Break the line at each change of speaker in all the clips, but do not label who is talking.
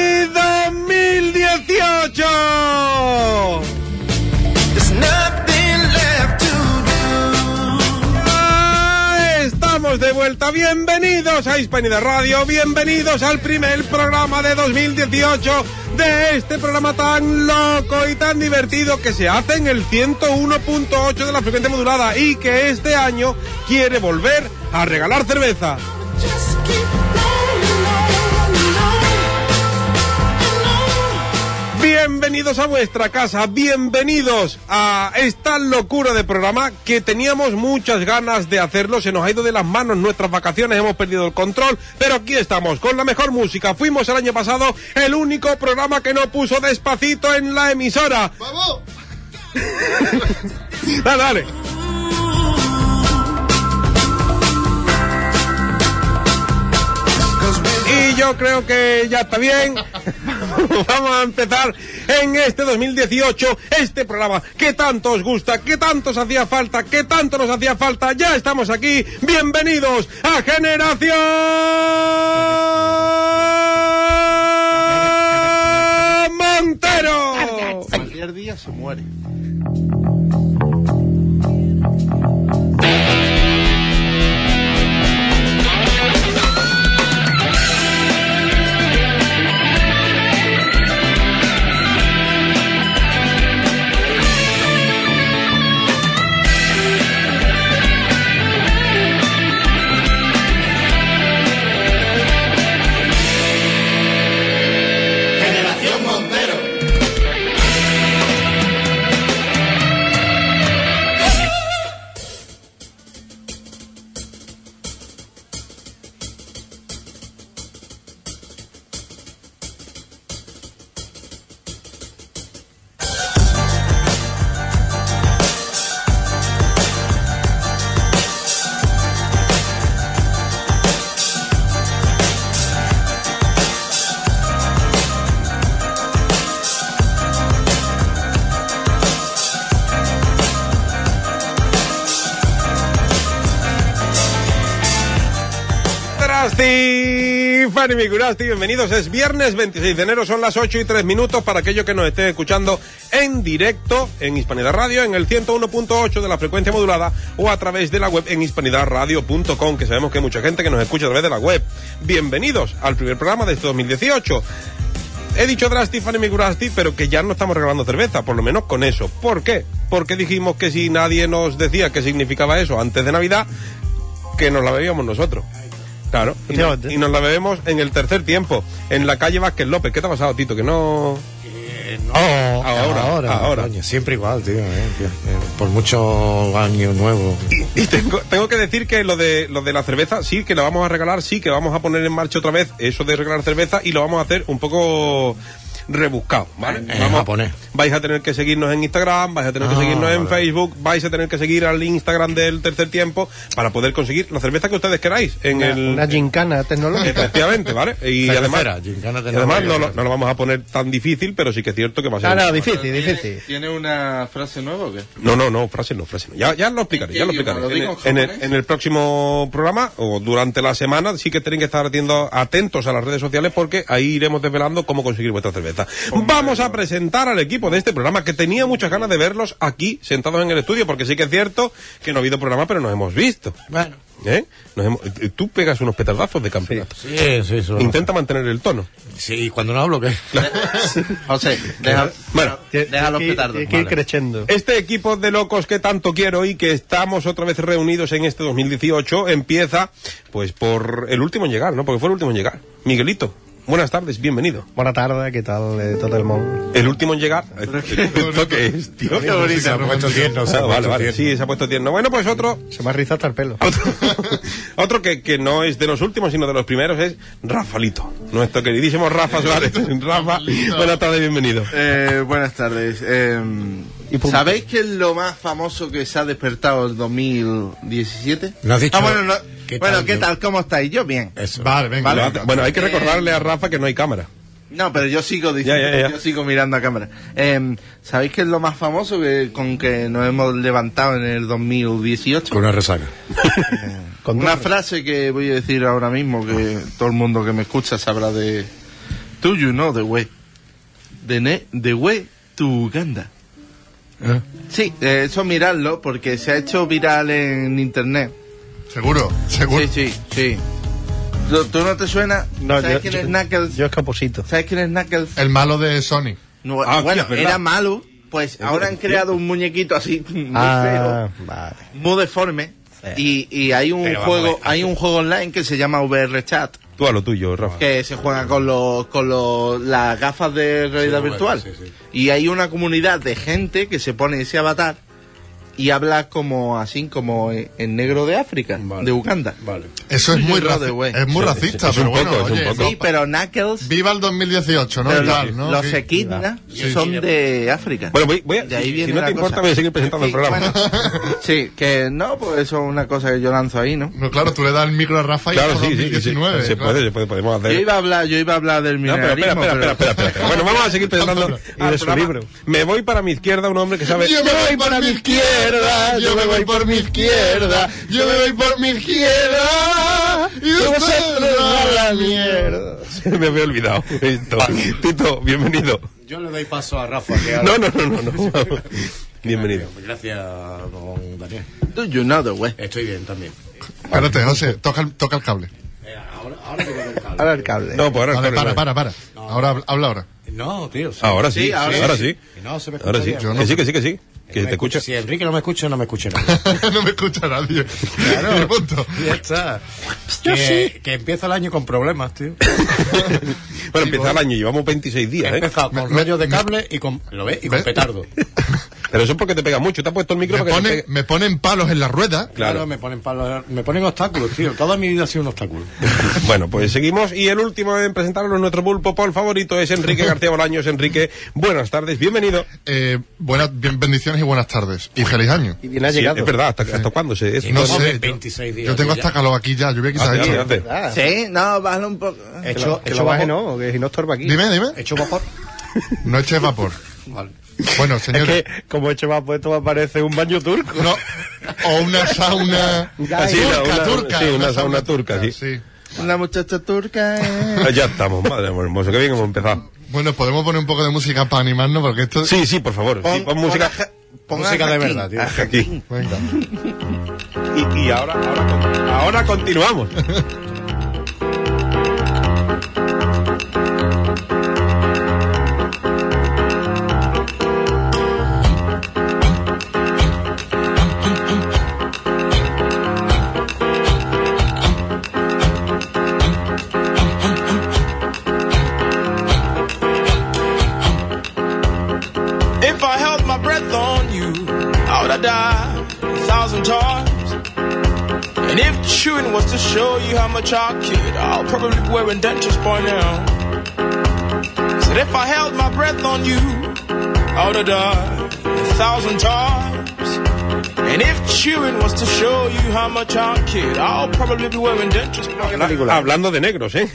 ¡Feliz 2018! ¡Ah, Estamos de vuelta, bienvenidos a Hispanidad Radio, bienvenidos al primer programa de 2018 de este programa tan loco y tan divertido que se hace en el 101.8 de la frecuencia modulada y que este año quiere volver a regalar cerveza. Bienvenidos a vuestra casa, bienvenidos a esta locura de programa que teníamos muchas ganas de hacerlo, se nos ha ido de las manos nuestras vacaciones, hemos perdido el control, pero aquí estamos con la mejor música. Fuimos el año pasado el único programa que no puso despacito en la emisora.
¡Vamos!
Dale, dale. Y yo creo que ya está bien. Vamos a empezar en este 2018 este programa que tanto os gusta, que tanto os hacía falta, que tanto nos hacía falta. Ya estamos aquí. Bienvenidos a Generación Montero.
Cualquier día se muere. Generación Montero.
Curasti, Fanny Micurasti, bienvenidos. Es viernes 26 de enero, son las 8 y 3 minutos para aquellos que nos estén escuchando en directo en Hispanidad Radio, en el 101.8 de la frecuencia modulada o a través de la web en hispanidadradio.com, que sabemos que hay mucha gente que nos escucha a través de la web. Bienvenidos al primer programa de este 2018. He dicho Drasti, Fanny Micurasti, pero que ya no estamos regalando cerveza, por lo menos con eso. ¿Por qué? Porque dijimos que si nadie nos decía qué significaba eso antes de Navidad, que nos la bebíamos nosotros. Claro, y, no-
Efectivamente.
y nos la bebemos en el tercer tiempo, en la calle Vázquez López. ¿Qué te ha pasado, Tito? Que Eh, no...
Oh,
Ahora,
ahora, ahora,
ahora.
coño, siempre igual, tío. eh, tío, eh, por muchos años nuevos.
Y tengo, tengo que decir que lo de, lo de la cerveza, sí, que la vamos a regalar, sí, que vamos a poner en marcha otra vez eso de regalar cerveza y lo vamos a hacer un poco rebuscado, ¿vale?
En japonés.
Vais a tener que seguirnos en Instagram, vais a tener que
Ah,
seguirnos en
vale.
Facebook, vais a tener que seguir al Instagram del tercer tiempo para poder conseguir la cerveza que ustedes queráis en
Una,
el
una gincana tecnológica.
Efectivamente, ¿vale. Y
Cervecera,
además,
gincana
y
de
además
Navarra.
no, lo, no lo vamos a poner tan difícil, pero sí que es cierto que va a ser.
No,
un-
no, difícil,
¿Tiene-
difícil.
¿Tiene una frase nueva o qué?
No, no, no, frase no, frase no. Ya, ya lo explicaré,
¿En qué
ya lo
idioma?
explicaré.
¿Lo
en,
digo
el-
en
en el,
japonés?
en el próximo programa o durante la semana sí que tienen que estar atiendo- atentos a las redes sociales porque ahí iremos desvelando cómo conseguir vuestra cerveza. Vamos a presentar al equipo de este programa que tenía muchas ganas de verlos aquí sentados en el estudio porque sí que es cierto que no ha habido programa pero nos hemos visto.
Bueno.
¿eh? Nos hemos- tú pegas unos petardazos de campeonato.
Sí, sí, eso.
Intenta mantener el tono.
Sí, cuando no hablo, ¿qué?
José, deja,
Bueno,
deja los
Tiene que ir-
petardos.
tiene que ir
Vale.
creciendo.
Este equipo de locos que tanto quiero y que estamos otra vez reunidos en este 2018 empieza pues por el último en llegar, ¿no? Porque fue el último en llegar. Miguelito, buenas tardes, bienvenido.
Buenas tardes, ¿qué tal eh, todo el mundo?
El último en llegar. ¿Esto qué es, tío?
Qué bonito.
Se ha puesto tierno, se ha
Ah, vale,
puesto
vale.
tierno.
Sí, se ha puesto tierno. Bueno, pues otro
Se me ha rizado hasta el pelo.
otro, otro que, que no es de los últimos, sino de los primeros, es Rafalito. Nuestro queridísimo Rafa Suárez. Rafa, buenas tardes, bienvenido.
Eh, buenas tardes. Eh, ¿Sabéis qué es lo más famoso que se ha despertado el 2017?
No has dicho-
Ah, bueno, no-
¿Qué
bueno,
tal, Eh.
¿qué
yo?
tal? ¿Cómo estáis? Yo bien.
Eso.
Vale, venga.
Vale.
venga.
Bueno, hay que recordarle a Rafa que no hay cámara.
No, pero yo sigo diciendo,
Ya, ya, ya.
yo sigo mirando a cámara. Eh, ¿Sabéis qué es lo más famoso que, con que nos hemos levantado en el 2018?
Con una resaca.
Con
Una
dos-
frase que voy a decir ahora mismo que todo el mundo que me escucha sabrá de Do you know the way? The, ne- the way to Uganda.
¿Eh?
Sí, eh, eso miradlo porque se ha hecho viral en internet.
Seguro, seguro.
Sí, sí, sí. ¿Tú, tú no te suena?
No,
¿Sabes
yo,
quién
yo-
es Knuckles?
yo es caposito.
¿Sabes quién es Knuckles?
El malo de Sonic.
No,
Ah,
bueno,
sí, es verdad.
era malo, pues ahora han creado un muñequito así muy
Ah,
feo,
vale.
muy deforme. Y, y hay un
Pero vamos
juego,
a ver.
hay un juego online que se llama VR Chat.
Tú a lo tuyo, Rafa.
que se juega con los con los, las gafas de realidad
bueno,
virtual
sí, sí.
y hay una comunidad de gente que se pone ese avatar y habla como así como en en negro de África
Vale.
de Uganda
Vale.
Eso es
Sí,
muy,
yo creo
raci-
de güey.
es muy
Sí,
racista,
sí, es
pero
un poco,
bueno,
es un
oye,
poco.
no-
eh. sí pero Knuckles
viva el 2018, ¿no?
pero
Y
los-
tal, ¿no?
los
Sí.
Equidna
Sí.
son de África
Bueno, voy, voy a,
De ahí
si- si,
viene
no
la
te importa,
cosa.
voy a seguir presentando el
Sí,
programa.
bueno, sí, que no, pues eso es una cosa que yo lanzo ahí, ¿no?
No, claro, tú le das el micro a Rafa y
Claro,
por
sí, sí, sí, sí.
2019.
Se
claro.
puede, se puede, podemos
Yo
hacer.
iba a hablar, yo iba a hablar del
No, pero espera, espera,
mineralismo.
espera,
pero-
espera, espera. Bueno, vamos a seguir presentando
Y
al
de su
programa.
libro.
Me voy para mi izquierda un hombre que sabe.
Yo me voy por mi izquierda, yo me voy por mi izquierda, yo me voy por mi izquierda, y usted a la mierda.
Se me había olvidado esto. Tito, bienvenido.
Yo le doy paso a Rafa. Que
No, no, no, no, no. Bienvenido.
Gracias, don Daniel.
Do you know the way?
Estoy bien también.
Espérate, José, toca el, toca el cable.
Eh, ahora, ahora que tengo el cable.
Ahora el cable.
No, pues ahora.
Vale,
ahora-
para, para, para. Ahora habla- habla ahora.
No, tío. sí.
Ahora sí,
Sí, ahora
ahora
sí.
sí.
Que no se me
Ah. Ahora sí.
escucha
Yo
bien.
Que sí, que sí, que sí. Que
me
te escucha.
Si Enrique no me escucha, no me escucha nada.
no me escucha nadie. Y punto.
Ya está. que, que empieza el año con problemas, tío.
Bueno, empieza el año, llevamos 26
He
días, ¿eh?
empezado con rollos de cable y con. ¿Lo ves? Y con
¿Ves?
petardo.
Pero eso es porque te pega mucho. Te has puesto el micro
Me
para que te
ponen,
pegue.
me ponen palos en la rueda.
Claro,
Claro.
me, ponen palos- me ponen obstáculos, tío. Toda mi vida ha sido un obstáculo.
Bueno, pues seguimos. Y el último en presentarnos nuestro pulpo por favorito es Enrique García Bolaños. Enrique, buenas tardes, bienvenido.
Eh, buenas bien- bendiciones y buenas tardes. Y feliz año.
Y bien ha
Sí,
llegado.
es verdad, ¿hasta, hasta cuándo se es?
No
Llevamos
sé.
26 días
yo tengo
ya.
hasta calor aquí ya. Yo voy a
Hace,
quizás
hace,
hecho.
hace.
Ah,
Sí, no, bájalo un poco.
Hecho,
que
hecho
lo baje,
vapor.
no, que si no estorba aquí.
Dime, dime.
Hecho vapor.
No eches vapor.
Vale.
Bueno,
Es
señor.
que, como he hecho más puesto, me parece un baño turco.
No. O una sauna.
Ya,
Así,
turca,
una- una-
turca.
sí, una sauna turca, sí.
Una muchacha turca. eh.
Ah, Ya estamos, madre mía, hermoso, qué bien hemos empezado.
Bueno, podemos poner un poco de música para animarnos porque esto.
Sí, sí, por favor, sí, pon música.
a Ja- pon a
Música de
Jaquín,
verdad, tío.
a
Aquí.
Jaquín.
Venga.
Y, y ahora, ahora, con- ahora continuamos.
If I held my breath on you, I would have died a thousand times. And if chewing was to show you how much I cared, I'll probably be wearing dentures by now. So But if I held my breath on you, I would have died a thousand times. And if chewing was to show you how much I cared, I'll probably be wearing dentures.
Hablando de negros, ¿eh?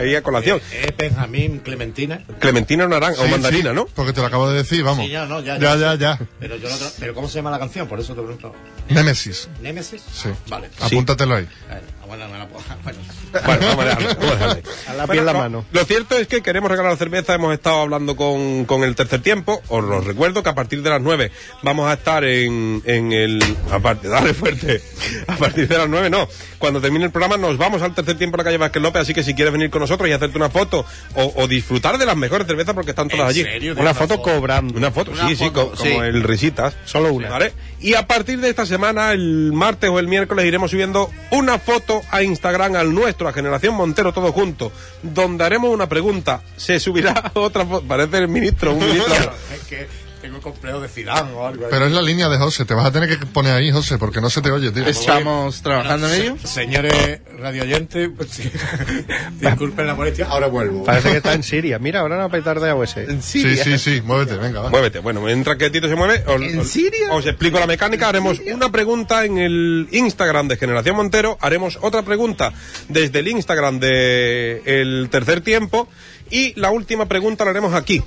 Ahí a colación.
Es eh, Benjamín Clementina.
Clementina o naranja o
Sí,
mandarina,
sí,
¿no?
Porque te lo acabo de decir, vamos.
Sí, ya, no, ya,
ya,
ya.
ya. ya.
Pero, yo no tra- pero ¿cómo se llama la canción? Por eso te pregunto.
Némesis.
¿Némesis?
Sí.
Vale.
Apúntatelo ahí.
Ah, Bueno, no la puedo. Bueno.
Bueno, vamos a dejarlo, vamos a dejarlo ahí.
A la piel la
no,
mano.
Lo cierto es que queremos regalar cerveza. Hemos estado hablando con, con el tercer tiempo. Os lo recuerdo que a partir de las 9 vamos a estar en, en el. A partir, dale fuerte. A partir de las 9, no. Cuando termine el programa, nos vamos al tercer tiempo a la calle Vázquez López. Así que si quieres venir con nosotros y hacerte una foto o, o disfrutar de las mejores cervezas porque están todas
¿En
allí.
serio?
Una foto cobrando.
Una foto,
Una
sí, sí,
foto,
co-
sí.
como el Risitas.
Solo una.
¿Vale? Y a partir de esta semana, el martes o el miércoles, iremos subiendo una foto a Instagram, al nuestro, a Generación Montero, todo junto, donde haremos una pregunta. ¿Se subirá otra foto? Parece el ministro, un ministro.
Es que tengo complejo de Zidane o algo.
Pero es la línea de José. Te vas a tener que poner ahí, José, porque no se te oye, tío.
Estamos trabajando en ello.
Se- Señores radioyentes, pues, sí. disculpen la molestia, ahora vuelvo.
Parece que está en Siria. Mira, ahora no petardeo ese.
Sí, sí, sí. Muévete, venga, va.
Muévete, bueno, mientras que Tito se mueve, os, os- os explico la mecánica, haremos una pregunta en el Instagram de Generación Montero, haremos otra pregunta desde el Instagram de el tercer tiempo y la última pregunta la haremos aquí.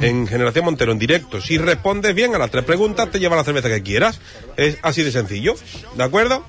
En Generación Montero, en directo. Si respondes bien a las tres preguntas, te lleva la cerveza que quieras. Es así de sencillo. ¿De acuerdo?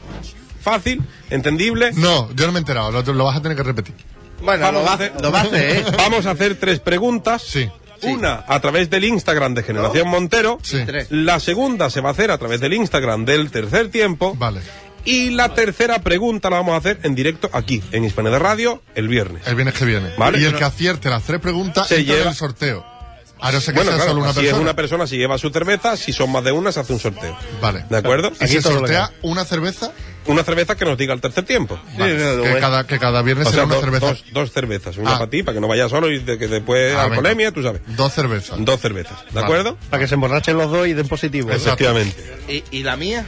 Fácil, entendible.
No, yo no me he enterado. Lo, lo vas a tener que repetir.
Bueno,
Vamos a hacer- ¿Eh?
eh.
Vamos a hacer tres preguntas.
Sí.
Una a través del Instagram de Generación Montero.
Sí.
Tres.
La segunda se va a hacer a través del Instagram del tercer tiempo.
Vale.
Y la tercera pregunta la vamos a hacer en directo aquí, en Hispania de Radio, el viernes.
El viernes que viene.
Vale,
y el
pero-
que acierte las tres preguntas
Se
entra en
lleva-
el sorteo. A no ser que
Bueno,
sea
claro,
solo una
si
persona.
es una persona, si lleva su cerveza, si son más de una, se hace un sorteo.
Vale.
¿De acuerdo?
Y se
todo lo
sortea una cerveza
Una cerveza que nos diga el tercer tiempo.
vale,
no, lo
que,
voy.
cada, que cada viernes
O sea,
será una
do-
cerveza.
dos, dos cervezas. Una
Ah.
para ti, para que no vayas solo y de- que después
Ah, venga.
alcoholemia, tú sabes.
Dos cervezas.
Dos cervezas. ¿De
Vale.
acuerdo?
Para que se emborrachen los dos y den positivo.
Exacto.
Efectivamente.
¿Y, y la mía?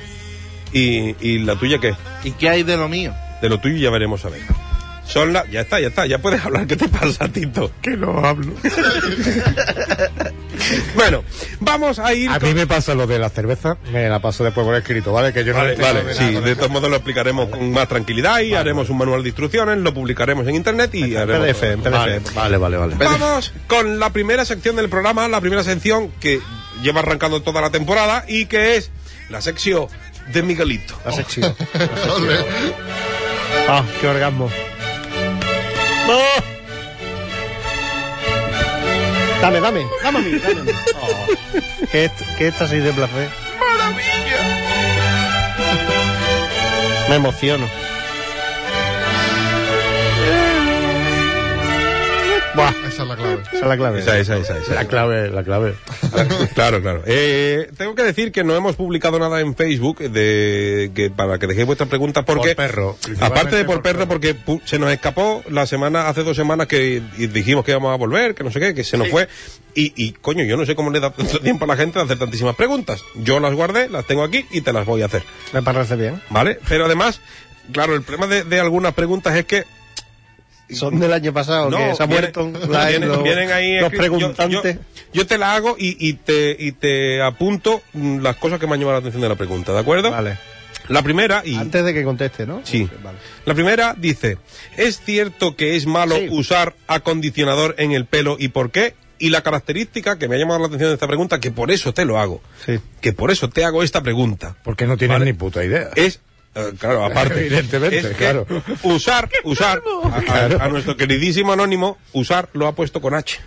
¿Y, y la tuya qué?
¿Y qué hay de lo mío?
De lo tuyo ya veremos a ver. Son las... Ya está, ya está, ya puedes hablar. ¿Qué te pasa, Tito? Que no hablo. bueno, vamos a ir...
A
con-
mí me pasa lo de la cerveza, me la paso después por escrito, ¿vale? Que yo no
Vale,
entiendo
vale,
de
sí,
nada.
de todos modos lo explicaremos con más tranquilidad y haremos un manual de instrucciones, lo publicaremos en internet y haremos...
PDF, Eh, en PDF.
Vale.
Vale, vale, vale.
Vamos con la primera sección del programa, la primera sección que lleva arrancando toda la temporada y que es la sección de Miguelito.
La sección.
Ole.
Ah, qué orgasmo. Dame, dame, dame a mí, dame a mí. Que, est- que esta sí de placer. ¡Maravilla! Me emociono. Buah,
Esa es la clave.
esa es la clave.
Esa, esa, esa, esa.
La clave, la clave.
Claro, claro. Eh, tengo que decir que no hemos publicado nada en Facebook de que para que dejéis vuestras preguntas porque
Por perro,
aparte de
principalmente
por,
por
perro, porque pu- se nos escapó la semana hace dos semanas que y dijimos que íbamos a volver, que no sé qué, que se nos fue y, y, coño yo no sé cómo le da tanto tiempo a la gente de hacer tantísimas preguntas. Yo las guardé, las tengo aquí y te las voy a hacer,
Me parece bien.
¿vale? Pero además, claro, el problema de, de algunas preguntas es que
Son del año pasado, que se ha
viene-
muerto la-
vienen,
los,
vienen ahí
los
escri- yo-
preguntantes.
Yo, yo te la hago y, y te, y te apunto mm, las cosas que me han llamado la atención de la pregunta, ¿de acuerdo?
Vale.
La primera, y
Antes de que conteste, ¿no?
Sí.
Vale.
La primera dice, ¿es cierto que es malo
Sí.
usar acondicionador en el pelo y por qué? Y la característica que me ha llamado la atención de esta pregunta, que por eso te lo hago,
Sí.
que por eso te hago esta pregunta,
Porque no tienes
Vale.
ni puta idea.
es eh, claro aparte
Evidentemente,
es que
claro.
usar usar a, a- a nuestro queridísimo anónimo usar lo ha puesto con h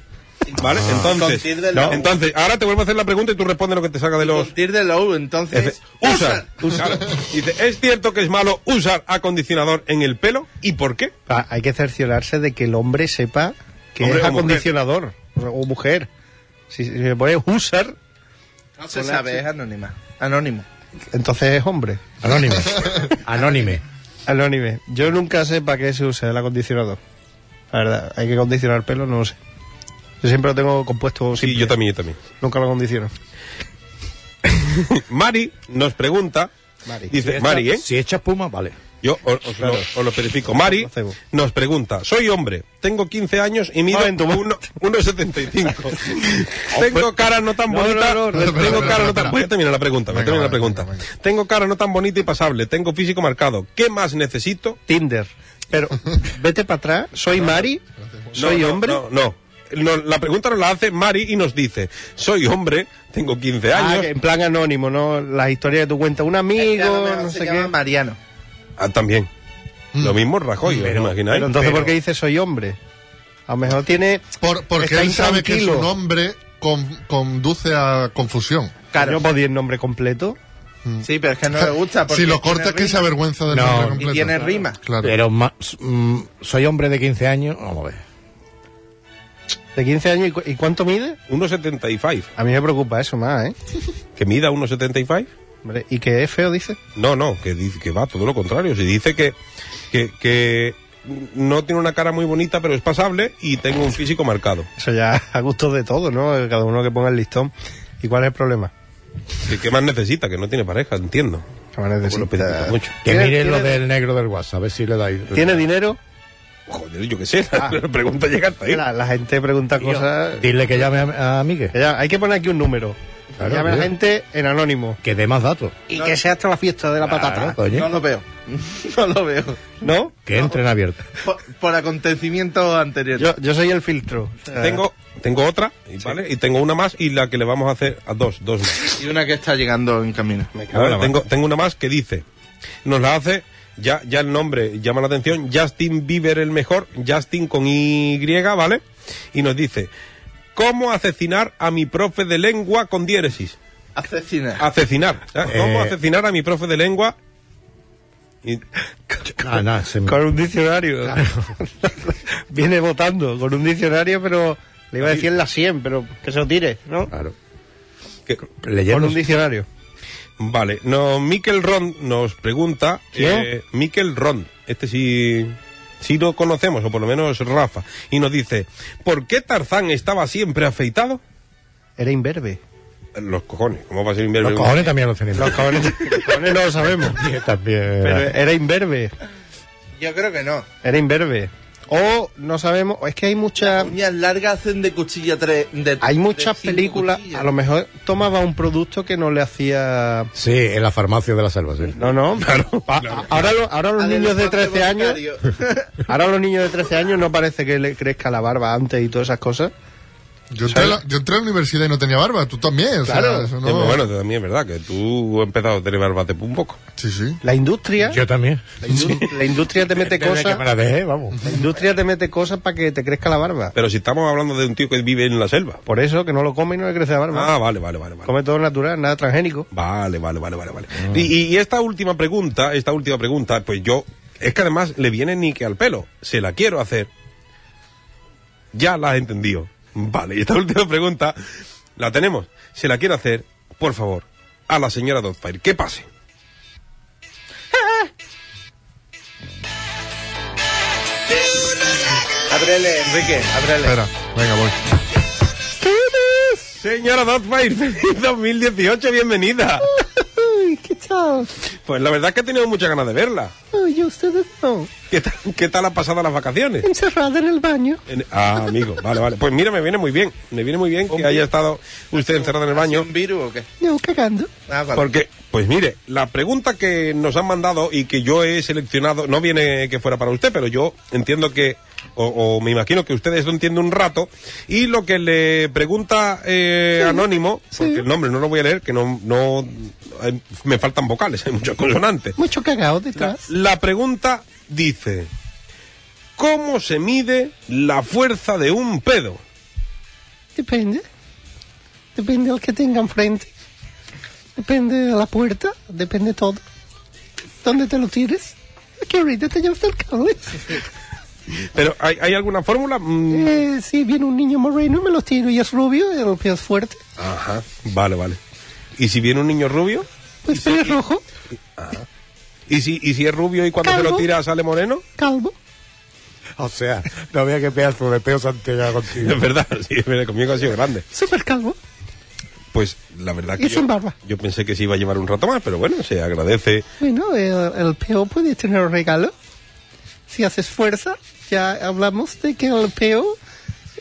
vale
Ah.
entonces
Con tilde
no,
no.
entonces ahora te vuelvo a hacer la pregunta y tú respondes lo que te saca de los
Partir de low,
Efe-
entonces.
usar Claro. dice es cierto que es malo usar acondicionador en el pelo y por qué
Ah, hay que cerciorarse de que el hombre sepa que
Hombre
es
o mujer.
acondicionador o mujer. Si si se pone usar,
No se sabe, es anónima. Anónimo.
entonces es hombre.
Anónime. Anónime.
Anónime. Yo nunca sé para qué se usa el acondicionador. La verdad, hay que condicionar el pelo, no lo sé. Yo siempre lo tengo compuesto
sí
simple.
yo también yo también
Nunca lo condiciono.
Mari nos pregunta
Mari.
dice
Si echa-
Mari ¿eh?
Si echas puma, vale.
Yo o- os, lo, os lo especifico. Mari
Placebo.
nos pregunta, soy hombre, tengo 15 años y mido
Ah, Momento,
uno- 1,75. tengo cara no tan
No,
bonita.
no, no, no,
tengo
espera, espera,
cara no tan...
espera.
Voy a terminar la pregunta, voy a
Venga,
terminar la
vale,
pregunta.
venga, venga.
Tengo cara no tan bonita y pasable, tengo físico marcado. ¿Qué más necesito?
Tinder. Pero, vete para atrás. Soy Mari. Soy
No, no,
hombre.
No, no. No, la pregunta nos la hace Mari y nos dice, soy hombre, tengo 15
Ah,
años.
que en plan anónimo, ¿no? Las historias que tú cuentas. Un amigo, no sé qué.
Mariano.
Ah, también. Lo mismo Rajoy, ¿os imagináis?
Mm. Pero entonces,
Pero-
¿por qué dice soy hombre? A lo mejor tiene.
Por- porque
está
él sabe que su
intranquilo.
nombre con- conduce a confusión.
Claro. ¿No podía el nombre completo?
Sí, pero es que no le gusta. porque
Si lo
tiene
cortas, que
ritmo.
se avergüenza del
No.
nombre
Y
completo.
tiene rima.
Claro.
Pero más, mm, soy hombre de 15 años. Vamos a ver.
¿De 15 años y, cu- y cuánto mide?
1,75.
A mí me preocupa eso más, ¿eh?
¿Que mida 1,75?
Hombre, ¿Y que es feo, dice?
No, no, que dice que va todo lo contrario. Si dice que, que, que no tiene una cara muy bonita, pero es pasable y tengo un físico marcado.
Eso ya a gusto de todo, ¿no? Cada uno que ponga el listón. ¿Y cuál es el problema?
¿Qué, qué más necesita? Que no tiene pareja, entiendo.
Que me
Tampoco lo
necesita-
especifica mucho.
Que
¿Tiene-
mire lo
tiene-
del negro del WhatsApp, a ver si le dais.
¿Tiene dinero?
Joder, yo qué sé, la, la pregunta llega hasta ahí.
La, la gente pregunta
Tío,
cosas.
Dile que llame a, a Miguel.
que ya- hay que poner aquí un número.
Claro,
Llame a la
tío.
gente en anónimo.
Que dé más datos.
Y que sea hasta la fiesta de la
Claro, coño.
No lo veo. No lo veo.
¿No?
Que entren abiertos.
Por, por acontecimientos anteriores.
Yo, yo soy el filtro. O sea,
Tengo, tengo otra, y, ¿vale? Y tengo una más y la que le vamos a hacer a dos, dos más.
Y una que está llegando en camino.
A ver, tengo, tengo una más que dice, nos la hace, ya, ya el nombre llama la atención, Justin Bieber el mejor, Justin con Y, ¿vale? Y nos dice, ¿cómo asesinar a mi profe de lengua con diéresis?
Asesina.
Asesinar. ¿eh? ¿Cómo
Eh.
asesinar a mi profe de lengua? Y-
Ah, no, se me-
Con un diccionario. Viene votando con un diccionario, pero le iba a decir en la 100, pero que se lo tire, ¿no?
Claro.
que-
Con
Leyendo.
un diccionario.
vale, no, Miquel Ron nos pregunta,
¿Quién?
eh, Miquel Ron, este sí, sí lo conocemos, o por lo menos Rafa, y nos dice, ¿por qué Tarzán estaba siempre afeitado?
Era imberbe.
Los cojones, ¿cómo va a ser
Los
imberbe?
cojones también los tenéis.
Los cabrones, los cabrones no lo sabemos.
también.
Pero era imberbe.
Yo creo que no.
Era imberbe. O no sabemos, o es que hay muchas
Uñas largas hacen de cuchilla tres. de-
hay
de
muchas
cinco
películas,
cuchillas.
a lo mejor tomaba un producto que no le hacía
Sí, en la farmacia de la selva, sí.
No, no. Pa- Ahora, lo- ahora los niños de 13 años, ahora los niños de 13 años no parece que le crezca la barba antes y todas esas cosas.
Yo, entré a la, yo entré a la universidad y no tenía barba, tú también. o sea, eso no-
Sí, pero Eh, bueno, también es verdad que tú has empezado a tener barba hace un poco.
Sí, sí.
La industria,
Yo también.
la, indu- la industria te mete
Desde que
cosas,
me la dejé, vamos.
la industria te mete cosas para que te crezca la barba.
Pero si estamos hablando de un tío que vive en la selva.
Por eso que no lo come y no le crece la barba.
Ah, vale, vale, vale. vale.
Come todo natural, nada transgénico.
Vale, vale, vale, vale, vale. Y, y- y esta última pregunta, esta última pregunta, pues yo, es que además le viene ni que al pelo. Se la quiero hacer. Ya la has entendido. Vale, y esta última pregunta, la tenemos. Se la quiero hacer, por favor, a la señora Dotfire. Que pase.
Ábrele, Enrique, ábrele.
Espera, venga, voy.
Señora Dotfire, feliz 2018, bienvenida.
¿Qué tal?
Pues la verdad es que he tenido muchas ganas de verla.
Oye, ustedes no.
¿Qué tal, qué tal han pasado las vacaciones?
Encerrada en el baño.
En- Ah, amigo, vale, vale. Pues mira, me viene muy bien. Me viene muy bien que haya estado usted encerrado en el baño.
¿Un virus o qué?
No, cagando.
Ah, vale.
Porque, pues mire, la pregunta que nos han mandado y que yo he seleccionado, no viene que fuera para usted, pero yo entiendo que, o, o me imagino que ustedes lo entienden un rato, y lo que le pregunta eh, Anónimo, porque el nombre no lo voy a leer, que no, no, hay- me faltan vocales, hay muchas consonantes.
Mucho cagado
La, la pregunta dice, ¿cómo se mide la fuerza de un pedo?
Depende. Depende del que tenga enfrente. Depende de la puerta. Depende todo. ¿Dónde te lo tires? Que ahorita te llevas el cable.
Pero ¿hay, hay alguna fórmula? Mm,
Eh, si viene un niño moreno, me lo tiro y es rubio, el pie es fuerte.
Ajá, vale, vale. ¿Y si viene un niño rubio?
Pues pero es rojo,
¿Y si, y si es rubio y cuando se lo
Calvo.
tira sale moreno?
calvo.
O sea, no vea qué pedazo de peo se han tirado contigo.
Es verdad, sí, es verdad, conmigo ha sido grande.
Súper calvo.
Pues la verdad que
Y sin
yo,
barba.
yo pensé que se iba a llevar un rato más, pero bueno, se agradece.
Bueno, el, el peo puede tener un regalo. Si haces fuerza, ya hablamos de que el peo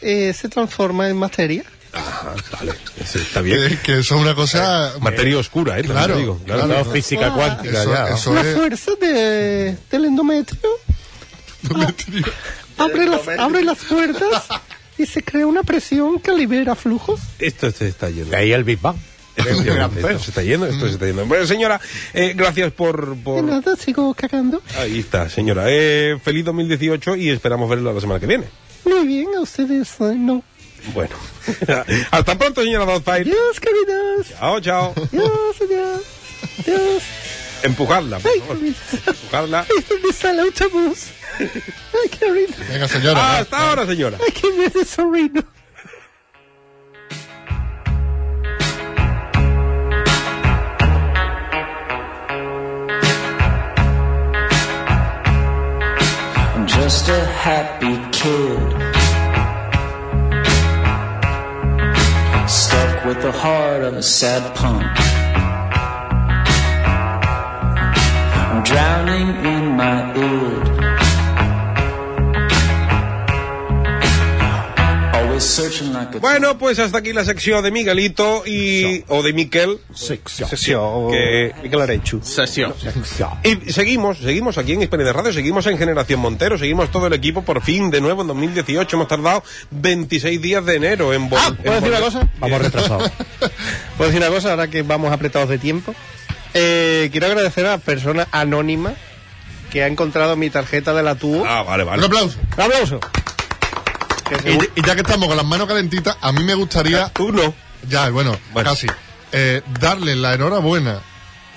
eh, se transforma en materia.
Ah, vale, eso está bien.
Que, que eso es una cosa...
Materia oscura, ¿eh? También
Claro,
te digo. Claro,
claro.
claro.
Física
Ah,
cuántica
eso-
ya. ¿no?
eso
La
es-
fuerza de, del endometrio abre las, abre las puertas y se crea una presión que libera flujos.
Esto se está yendo.
De ahí el Big Bang.
Efectivamente, Esto se está yendo, esto se está yendo. Bueno, señora, eh, gracias por,
Y
por-
nada, sigo cagando.
Ahí está, señora. Eh, feliz 2018 y esperamos verlo la semana que viene.
Muy bien, a ustedes eh, no.
Bueno. Hasta pronto, señora Dodzfire.
Dios, queridos.
Chao, chao.
Dios, adiós. Dios.
Empujadla, por
Ay,
favor.
queridos.
Empujadla.
Ay, me sale autobús. Ay, qué horrible.
Venga, señora.
Ah.
va.
Hasta ahora, señora.
Ay, qué me desorrino.
I'm just a happy kid. Stuck with the heart of a sad punk. I'm drowning in my id. Always searching like a.
Bueno, pues hasta aquí la sección de Miguelito y o de Miquel. Sección. Que, Miquel Arechu.
Sesión.
Y seguimos, seguimos aquí en Hispania de Radio, seguimos en Generación Montero, seguimos todo el equipo por fin de nuevo en 2018. Hemos tardado 26 días de enero en vol-
Ah,
en
¿puedo decir una
volver.
cosa?
Vamos retrasados.
¿Puedo decir una cosa ahora que vamos apretados de tiempo? Eh, quiero agradecer a la persona anónima que ha encontrado mi tarjeta de la tubo.
Ah, vale,
Un
vale.
aplauso.
¡Un aplauso!
Y, y ya que estamos con las manos calentitas, a mí me gustaría,
Tú no.
ya, bueno,
Bueno.
casi, eh, darle la enhorabuena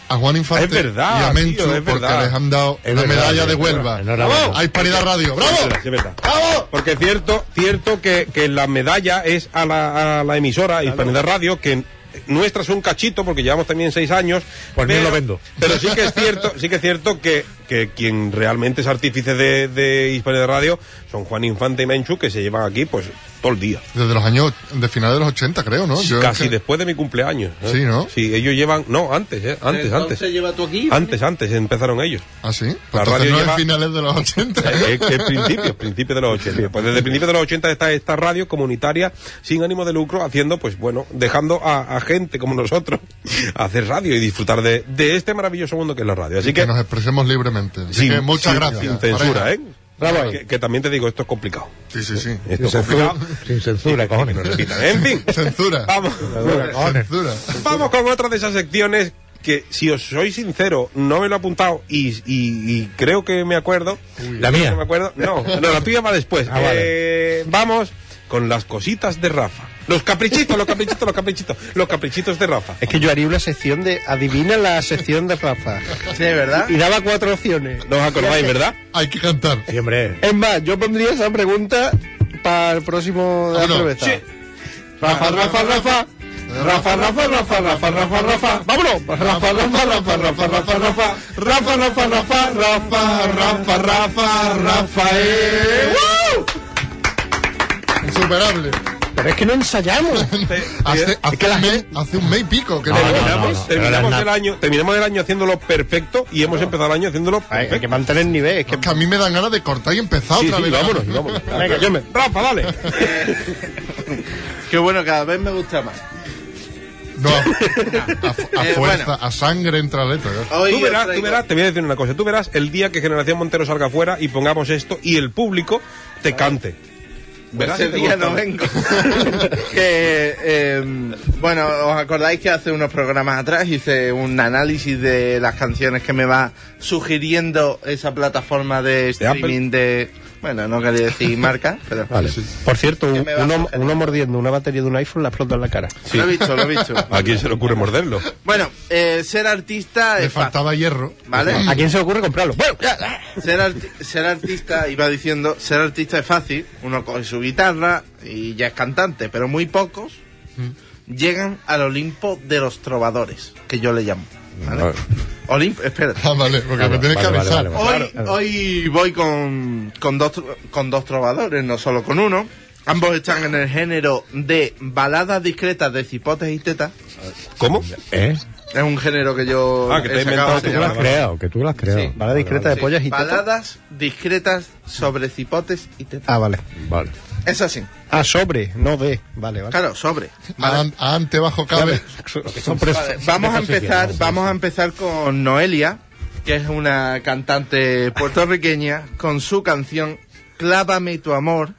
a Juan Infante
Es verdad,
y a Menchu
tío, es
porque
verdad.
les han dado
Es
la
verdad,
medalla de
enhorabuena,
Huelva.
enhorabuena.
¡Bravo! A Hispanidad Radio.
Es
¡Bravo!
verdad, es verdad.
¡Bravo!
Porque es cierto, cierto que, que la medalla es a la, a la emisora Hispanidad Radio, que nuestra es un cachito, porque llevamos también seis años.
Por
Pues
mí lo vendo.
Pero sí que es cierto, sí que es cierto que, que quien realmente es artífice de, de Hispanidad Radio son Juan Infante y Menchu, que se llevan aquí pues todo el día.
Desde los años, de finales de los 80, creo, ¿no? Ah, Yo
Casi
es que-
después de mi cumpleaños. ¿eh?
Sí, ¿no?
Sí, ellos llevan. No, antes, ¿eh? Antes, antes.
Entonces lleva tú aquí.
Antes, antes, empezaron ellos.
Ah, sí.
La
Pues entonces
radio
no
lleva-
es finales de los 80.
Eh, que principios, principios de los 80. Pues desde principios de los 80 está esta radio comunitaria sin ánimo de lucro haciendo, pues bueno, dejando a, a gente como nosotros hacer radio y disfrutar de, de este maravilloso mundo que es la radio. Así
que
que,
nos expresemos libremente. Así
sin-
que muchas
sin-
gracias.
Sin censura,
pareja.
¿eh? Que, que también te digo, esto es complicado.
Sí, sí, sí.
Esto es complicado.
Sin censura, cojones.
En fin,
Censura.
vamos.
Cojones.
Censura.
Vamos con otra de esas secciones que, si os soy sincero, no me lo he apuntado y, y- y creo que me acuerdo.
¿La
Creo
mía?
que me acuerdo. No, no, la tuya va después.
Ah, vale.
Eh, vamos con las cositas de Rafa. Los caprichitos, los caprichitos, los caprichitos. Los caprichitos de Rafa.
Es que yo haría una sección de. Adivina la sección de Rafa.
Sí, ¿verdad?
Y daba cuatro opciones.
¿No os acordáis, verdad?
Hay que cantar.
Sí, hombre.
Es más, yo pondría esa pregunta para el próximo de la
Bueno,
cerveza.
sí.
Rafa, Rafa, Rafa. Rafa, Rafa, Rafa, Rafa, Rafa, Rafa. Vámonos. Rafa, Rafa, Rafa, Rafa, Rafa, Rafa. Rafa, Rafa, Rafa, Rafa, Rafa, Rafa, Rafael.
Insuperable.
Pero es que no ensayamos.
Hace, hace, un mes, hace un mes y pico que no,
Terminamos,
no, no, pero
terminamos
la-
el año, terminamos el año haciéndolo perfecto y hemos empezado el año haciéndolo
Hay, hay
perfecto.
que mantener el nivel. es que-
que a mí me dan ganas de cortar y empezar
Sí,
otra
sí,
vez.
vámonos, vámonos.
Venga, yo me-
Rafa, dale.
Que bueno, cada vez me gusta más.
No, a, a fu- a
Eh,
fuerza,
bueno.
a sangre entra letra. ¿eh?
Hoy
Tú
os
verás, tú
traigo-
verás, te voy a decir una cosa. Tú verás el día que Generación Montero salga afuera y pongamos esto y el público te cante. Verás
Ese
si te
día
gusta.
no vengo. que, eh, bueno, os acordáis que hace unos programas atrás hice un análisis de las canciones que me va sugiriendo esa plataforma de streaming de. Bueno, no quería decir marca, pero.
Vale.
Sí.
Por cierto, un-
Que me va a
uno,
coger.
uno mordiendo una batería de un iPhone la explota en la cara.
Lo he visto, lo he visto.
¿A quién se le ocurre morderlo?
Bueno, eh, ser artista
Le
es fácil.
faltaba hierro.
¿Vale?
¿A quién se le ocurre comprarlo? Bueno, ya.
ser, arti- ser artista, iba diciendo, ser artista es fácil. Uno coge su guitarra y ya es cantante, pero muy pocos llegan al Olimpo de los trovadores, que yo le llamo. ¿vale? Olimpo, espera.
Ah, vale, porque me tienes que
vale,
avisar.
vale, vale.
Hoy, hoy voy con, con, dos, tro- con dos trovadores, no solo con uno. Ambos están en el género de baladas discretas de cipotes y tetas.
¿Cómo?
¿Eh?
Es un género que yo
Ah, que te
he
has
sacado
inventado
hace
tú.
ya-
lo has creado, que tú lo has creado.
Sí.
Balada discreta de pollas y tetas.
Baladas discretas sobre cipotes y tetas.
Ah, vale. Vale.
Es así.
Ah, sobre, no de. Vale, vale.
Claro, sobre.
Adelante, Ante, bajo, cabe.
Vale, vamos a empezar, vamos a empezar con Noelia, que es una cantante puertorriqueña, con su canción Clávame tu amor,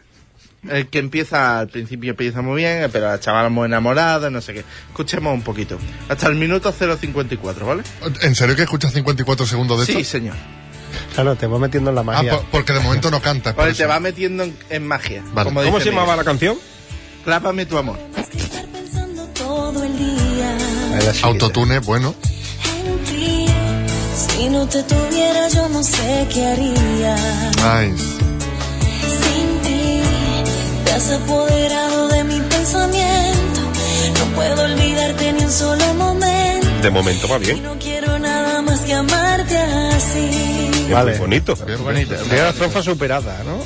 eh, que empieza al principio empieza muy bien, eh, pero la chavala muy enamorada, no sé qué. Escuchemos un poquito. Hasta el minuto 054, ¿vale?
¿En serio que escuchas 54 segundos de esto?
Sí, señor.
Claro, te voy metiendo en la
Ah,
magia.
por- porque de momento no cantas. por
Vale, te
eso.
va metiendo en, en magia.
Vale.
como
¿Cómo
dice
se llamaba
Miguel.
la canción?
Clávame tu amor.
todo el día
Autotune, bueno.
en ti. Si no te tuviera, yo no sé qué haría.
Nice.
Sin ti, te has apoderado de mi pensamiento. No puedo olvidarte ni un solo momento.
De momento va bien.
No quiero nada más que amarte así.
Es
pues,
muy bonito.
Bonito. Primera estrofa superada, ¿no?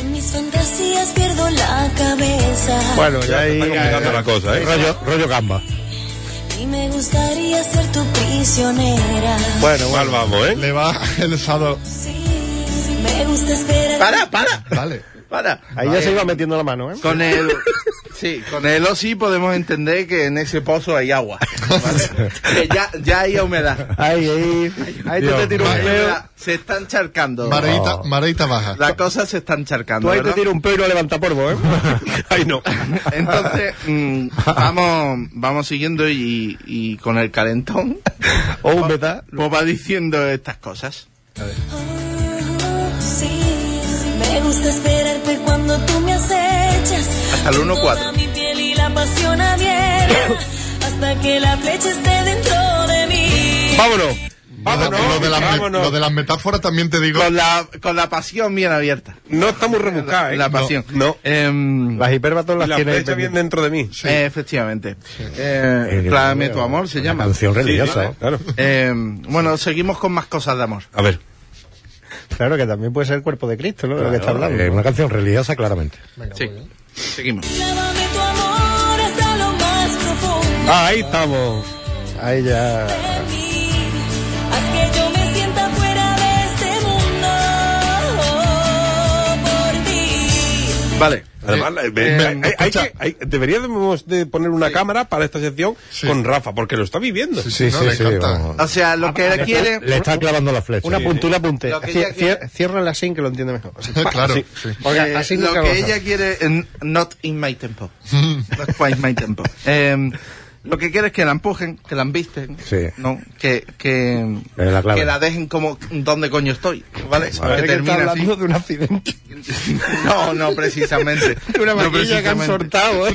En mis fantasías pierdo la cabeza.
Bueno, ya ahí.
Está complicando la cosa, ¿eh?
Rollo, rollo gamba.
Y me gustaría ser tu prisionera.
Bueno,
Mal vamos, ¿eh?
Le va el sábado.
Me gusta esperar.
Para, para,
Vale.
para.
Ahí ya se iba metiendo la mano, ¿eh?
Con el sí, con el o sí podemos entender que en ese pozo hay agua. ¿vale? que ya, ya hay humedad.
Ahí, ahí.
Ahí tú
Dios
te tiras un
mío.
peo. Se está encharcando.
Mareita, mareita baja.
La cosa se está encharcando.
Tú ahí te
¿verdad?
tiras un peiro a levanta polvo, ¿eh?
Ay, no.
Entonces, mm, vamos, vamos siguiendo y, y con el calentón.
O un beta.
Pues va diciendo estas cosas.
Sí, me gusta esperarte cuando tú me acechas.
Hasta el
Con
1-4.
toda Mi piel y la pasión abierta. hasta que la flecha esté dentro de mí.
Vámonos. Vámonos.
lo, de las me-
vámonos.
lo de las metáforas también te digo.
Con la, con la pasión bien abierta.
No está muy rebuscada, ¿eh?
La pasión.
No.
Em,
Las hiperbatos
no.
las
La
tiene ahí
flecha bien
pendientes.
dentro de mí.
eh, efectivamente. Eh, Clávame tu amor se
Una
llama.
Canción religiosa, ¿eh?
Claro.
Eh, bueno, seguimos con más cosas de amor.
A ver.
Claro que también puede ser el cuerpo de Cristo, ¿no? De lo que está hablando.
Eh, una canción religiosa, claramente.
Sí. Seguimos.
Lávame tu amor hasta lo más profundo
Ahí estamos.
Ahí ya.
de mí. Haz que yo me sienta fuera de este mundo. Por ti.
Vale.
Además, la-
eh,
hay- hay
escucha.
que- hay- deberíamos de poner una cámara para esta sección
Sí.
con Rafa, porque lo está viviendo.
Sí,
No,
sí,
le
sí.
encanta.
vamos.
O sea, lo que él quiere.
Le está clavando la flecha.
Una puntula apunte.
Lo que ella quiere-
Ciérrala así que lo entiende mejor. Así, pa,
claro.
así.
sí.
Oiga,
eh,
así
lo
nunca
que
avanza.
ella quiere en not in my tempo. Not quite my tempo. Eh, lo que quiere es que la empujen, que la embisten,
Sí.
¿no? que, que,
Es la clave.
que la dejen como donde coño estoy, ¿vale?
Parece
Que
que está
termina así.
hablando de un accidente.
No, no, precisamente.
Una
No,
maquilla que han
precisamente.
sortado, ¿eh?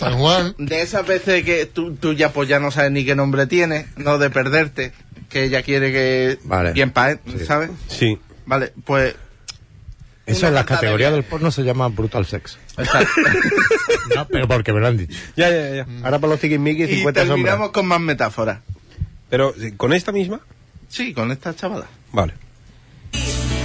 San Juan.
De esas veces que tú, tú ya pues ya no sabes ni qué nombre tienes, no de perderte, que ella quiere que
Vale.
bien pa' él,
Sí.
¿sabes?
Sí.
Vale, pues
Eso en la
una falta de
categoría
vida.
del porno se llama brutal sex.
exacto.
No, pero porque me lo han dicho.
Ya, ya, ya. Ahora para los tiquismiquis,
y
50
terminamos
sombras.
con más metáforas.
Pero ¿sí, con esta misma.
Sí, con esta chavala.
Vale.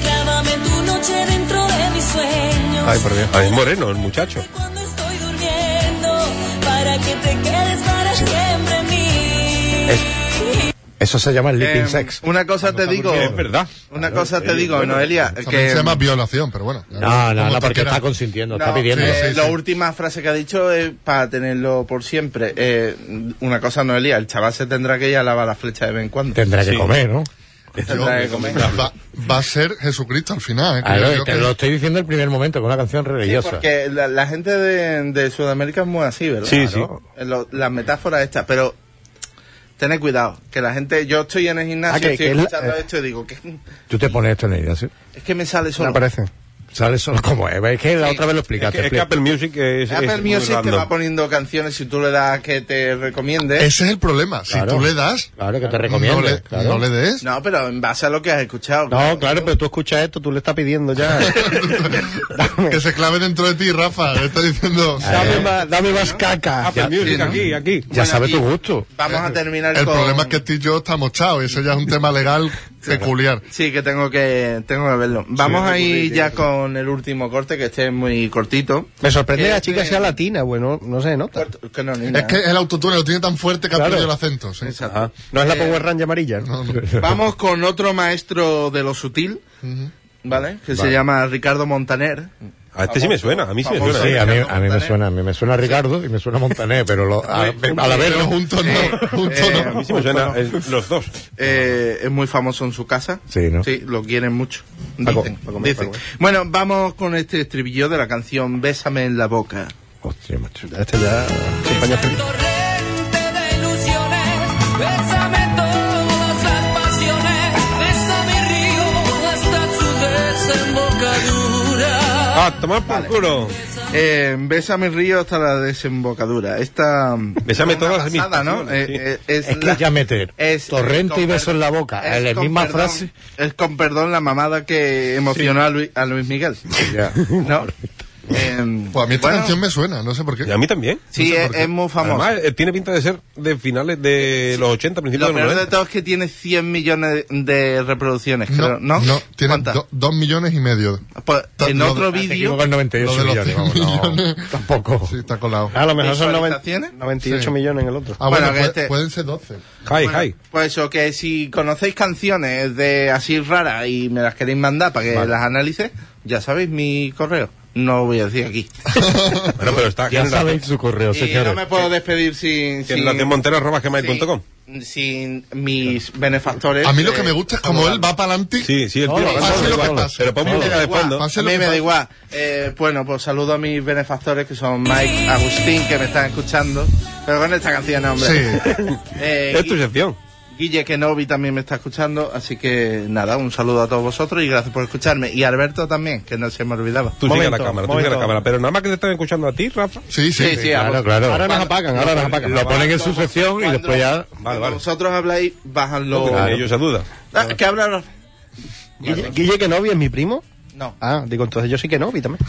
Clávame tu noche dentro de mis sueños.
Ah, es moreno el muchacho.
Cuando estoy durmiendo, para que te quedes para siempre en mí.
Eso se llama el leaping
Eh,
sex.
Una cosa te digo.
Es verdad.
Una cosa te digo, Noelia,
También
que mm.
se llama violación, pero bueno.
No, no,
Como
no, porque
cualquiera.
está consintiendo,
No,
está pidiendo.
eh,
Sí, sí,
la
sí.
última frase que ha dicho es para tenerlo por siempre. Eh, una cosa, Noelia, el chaval se tendrá que ir a lavar la flecha de vez en cuando.
Tendrá que
Sí.
comer, ¿no?
Tendrá que comer.
Va, va a ser Jesucristo al final. ¿eh?
Ah,
Creo
no,
yo
te
que-
lo estoy diciendo el primer momento, con una canción
Sí,
religiosa.
porque la, la gente de, de Sudamérica es muy así, ¿verdad?
Sí, sí.
Eh, lo- las metáforas estas, pero tened cuidado, que la gente, yo estoy en el gimnasio,
Ah, que-
estoy
que es la-
escuchando
eh.
esto y digo, que,
Tú te pones esto en el ¿sí?
es que me sale
No
solo.
aparece.
Sale solo como es. Es que la otra vez lo
Es
explicaste.
que, es que
expli-
Apple Music es.
Apple
es muy
Music te
random.
va poniendo canciones si tú le das que te recomiende.
Ese es el problema. Si
Claro.
tú le das,
Claro, que te
no
recomiendo.
le,
claro.
no le des.
No, pero en base a lo que has escuchado.
No, claro, pero tú escuchas esto, tú le estás pidiendo ya. dame,
Que se clave dentro de ti, Rafa. Le está diciendo.
dame más, dame más caca.
Apple
Ya,
Music,
sí, ¿no?
aquí, aquí.
Ya
Bueno,
sabe
y
tu gusto.
Vamos a terminar
El
con...
problema es que tú y yo estamos chaos. Eso ya es un tema legal peculiar.
Sí, que tengo que, tengo que verlo. Vamos
Sí,
a ir
ocurrir,
ya con el último corte, que este es muy cortito.
Me sorprende que la chica
Este-
sea latina, bueno, no se nota.
Que no, niña.
Es que el autotune lo tiene tan fuerte que ha
Claro.
perdido el acento. sí.
Ah,
No es la
Eh,
Power Ranger amarilla. ¿no?
Vamos con otro maestro de lo sutil,
Ujú.
¿vale? Que se
Vale.
llama Ricardo Montaner.
A este sí me suena, a mí sí me
Famoso.
suena.
Sí, a mí, a mí me suena, a mí me suena Ricardo y me suena Montané, pero lo- a, a la vez
Pero
no.
juntos no. Juntos
Eh,
A
no.
mí sí me suena eh, los dos.
Eh, es muy famoso en su casa.
Sí, ¿no?
Sí, lo quieren mucho.
Paco,
Dicen,
Paco, Paco,
dicen.
Paco.
Bueno, vamos con este estribillo de la canción Bésame en la boca.
Hostia, macho.
Este ya. acompaña-
de ilusiones, bésame todas las pasiones, bésame río hasta su desembocadura.
A tomar por culo.
Eh, Bésame río hasta la desembocadura. Esta.
Bésame
una
todas mis
pasada, ¿no?
pasiones,
Eh,
sí.
eh, es
Es que
la-
ya meter
es-
torrente
es
y
con
beso en la boca,
per-
en la
es con
misma
perdón-
frase.
Es con perdón la mamada que emocionó a, Luis, a Luis Miguel. ¿No? Eh,
Pues a mí esta
bueno,
canción me suena, no sé por
Y
qué.
a mí también.
Sí,
no sé
es,
por qué.
es muy famoso.
Además, eh, tiene pinta de ser de finales de los 80, principios
Lo
de los
¿eh?
peor de
90.
todo es que tiene 100 millones de reproducciones, creo, ¿no?
No, no, tiene
¿Cuántas?
do- dos millones y medio.
Pues, en
lo
otro
de-
Te
vídeo,
equivocas 98
Lo de los
millones,
100
vamos, no,
millones.
tampoco.
Sí, está colado.
Ah,
A lo mejor son noven-
¿Visualizaciones?
98
Sí.
millones en el otro.
Ah,
Bueno,
bueno,
que
puede-
este-
pueden ser 12.
Hi, hi.
pues eso, que si conocéis canciones de así raras y me las queréis mandar para que las analice, ya sabéis mi correo. No lo voy a decir aquí.
Bueno, pero está
Ya
en la-
sabéis su correo,
y no
señores.
me puedo despedir sin...
que en
sin-
la de Montero arroba gmail.com.
sin, sin mis benefactores.
A mí lo
de-
que me gusta es como él va para adelante.
Sí, sí, el tío.
Hola,
hablando
pase
de
lo que
igual.
pase.
Pero pon
A mí me
música
da
Oh. de
igual,
fondo.
pase
a
lo
mí
que
me da
pase.
igual. Eh, bueno, pues saludo a mis benefactores que son Mike, Agustín, que me están escuchando. Pero con esta canción, no, hombre.
Sí.
Eh,
Es tu
Gui-
sección.
Guille Kenobi también me está escuchando. Así que nada, un saludo a todos vosotros y gracias por escucharme. Y a Alberto también, que no se me olvidaba.
Tú sigue a la
Momento,
cámara, tú sigue a la
momento.
cámara. Pero nada más que te están escuchando a ti, Rafa.
Sí, sí.
Sí, sí, a
Claro,
vos-
claro.
Ahora nos apagan, ahora nos apagan.
Lo ponen en su sección y
cuando-
después ya.
Cuando
vale.
vosotros habláis, bajan los.
Tenía yo esa duda.
Ah, ¿Qué hablaron?
Guille, Guille Kenobi es mi primo.
No.
Ah, digo, entonces yo sí Kenobi también.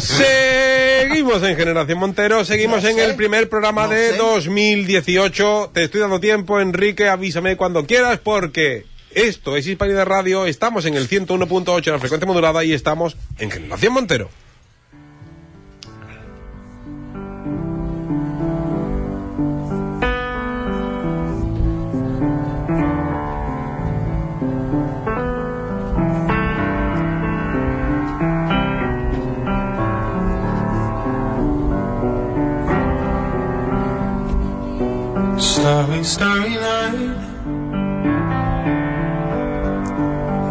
Seguimos en Generación Montero, seguimos en el primer programa de 2018. Te estoy dando tiempo, Enrique, avísame cuando quieras porque esto es Hispanidad Radio, estamos en el 101.8 de la frecuencia modulada y estamos en Generación Montero.
Starry, starry night.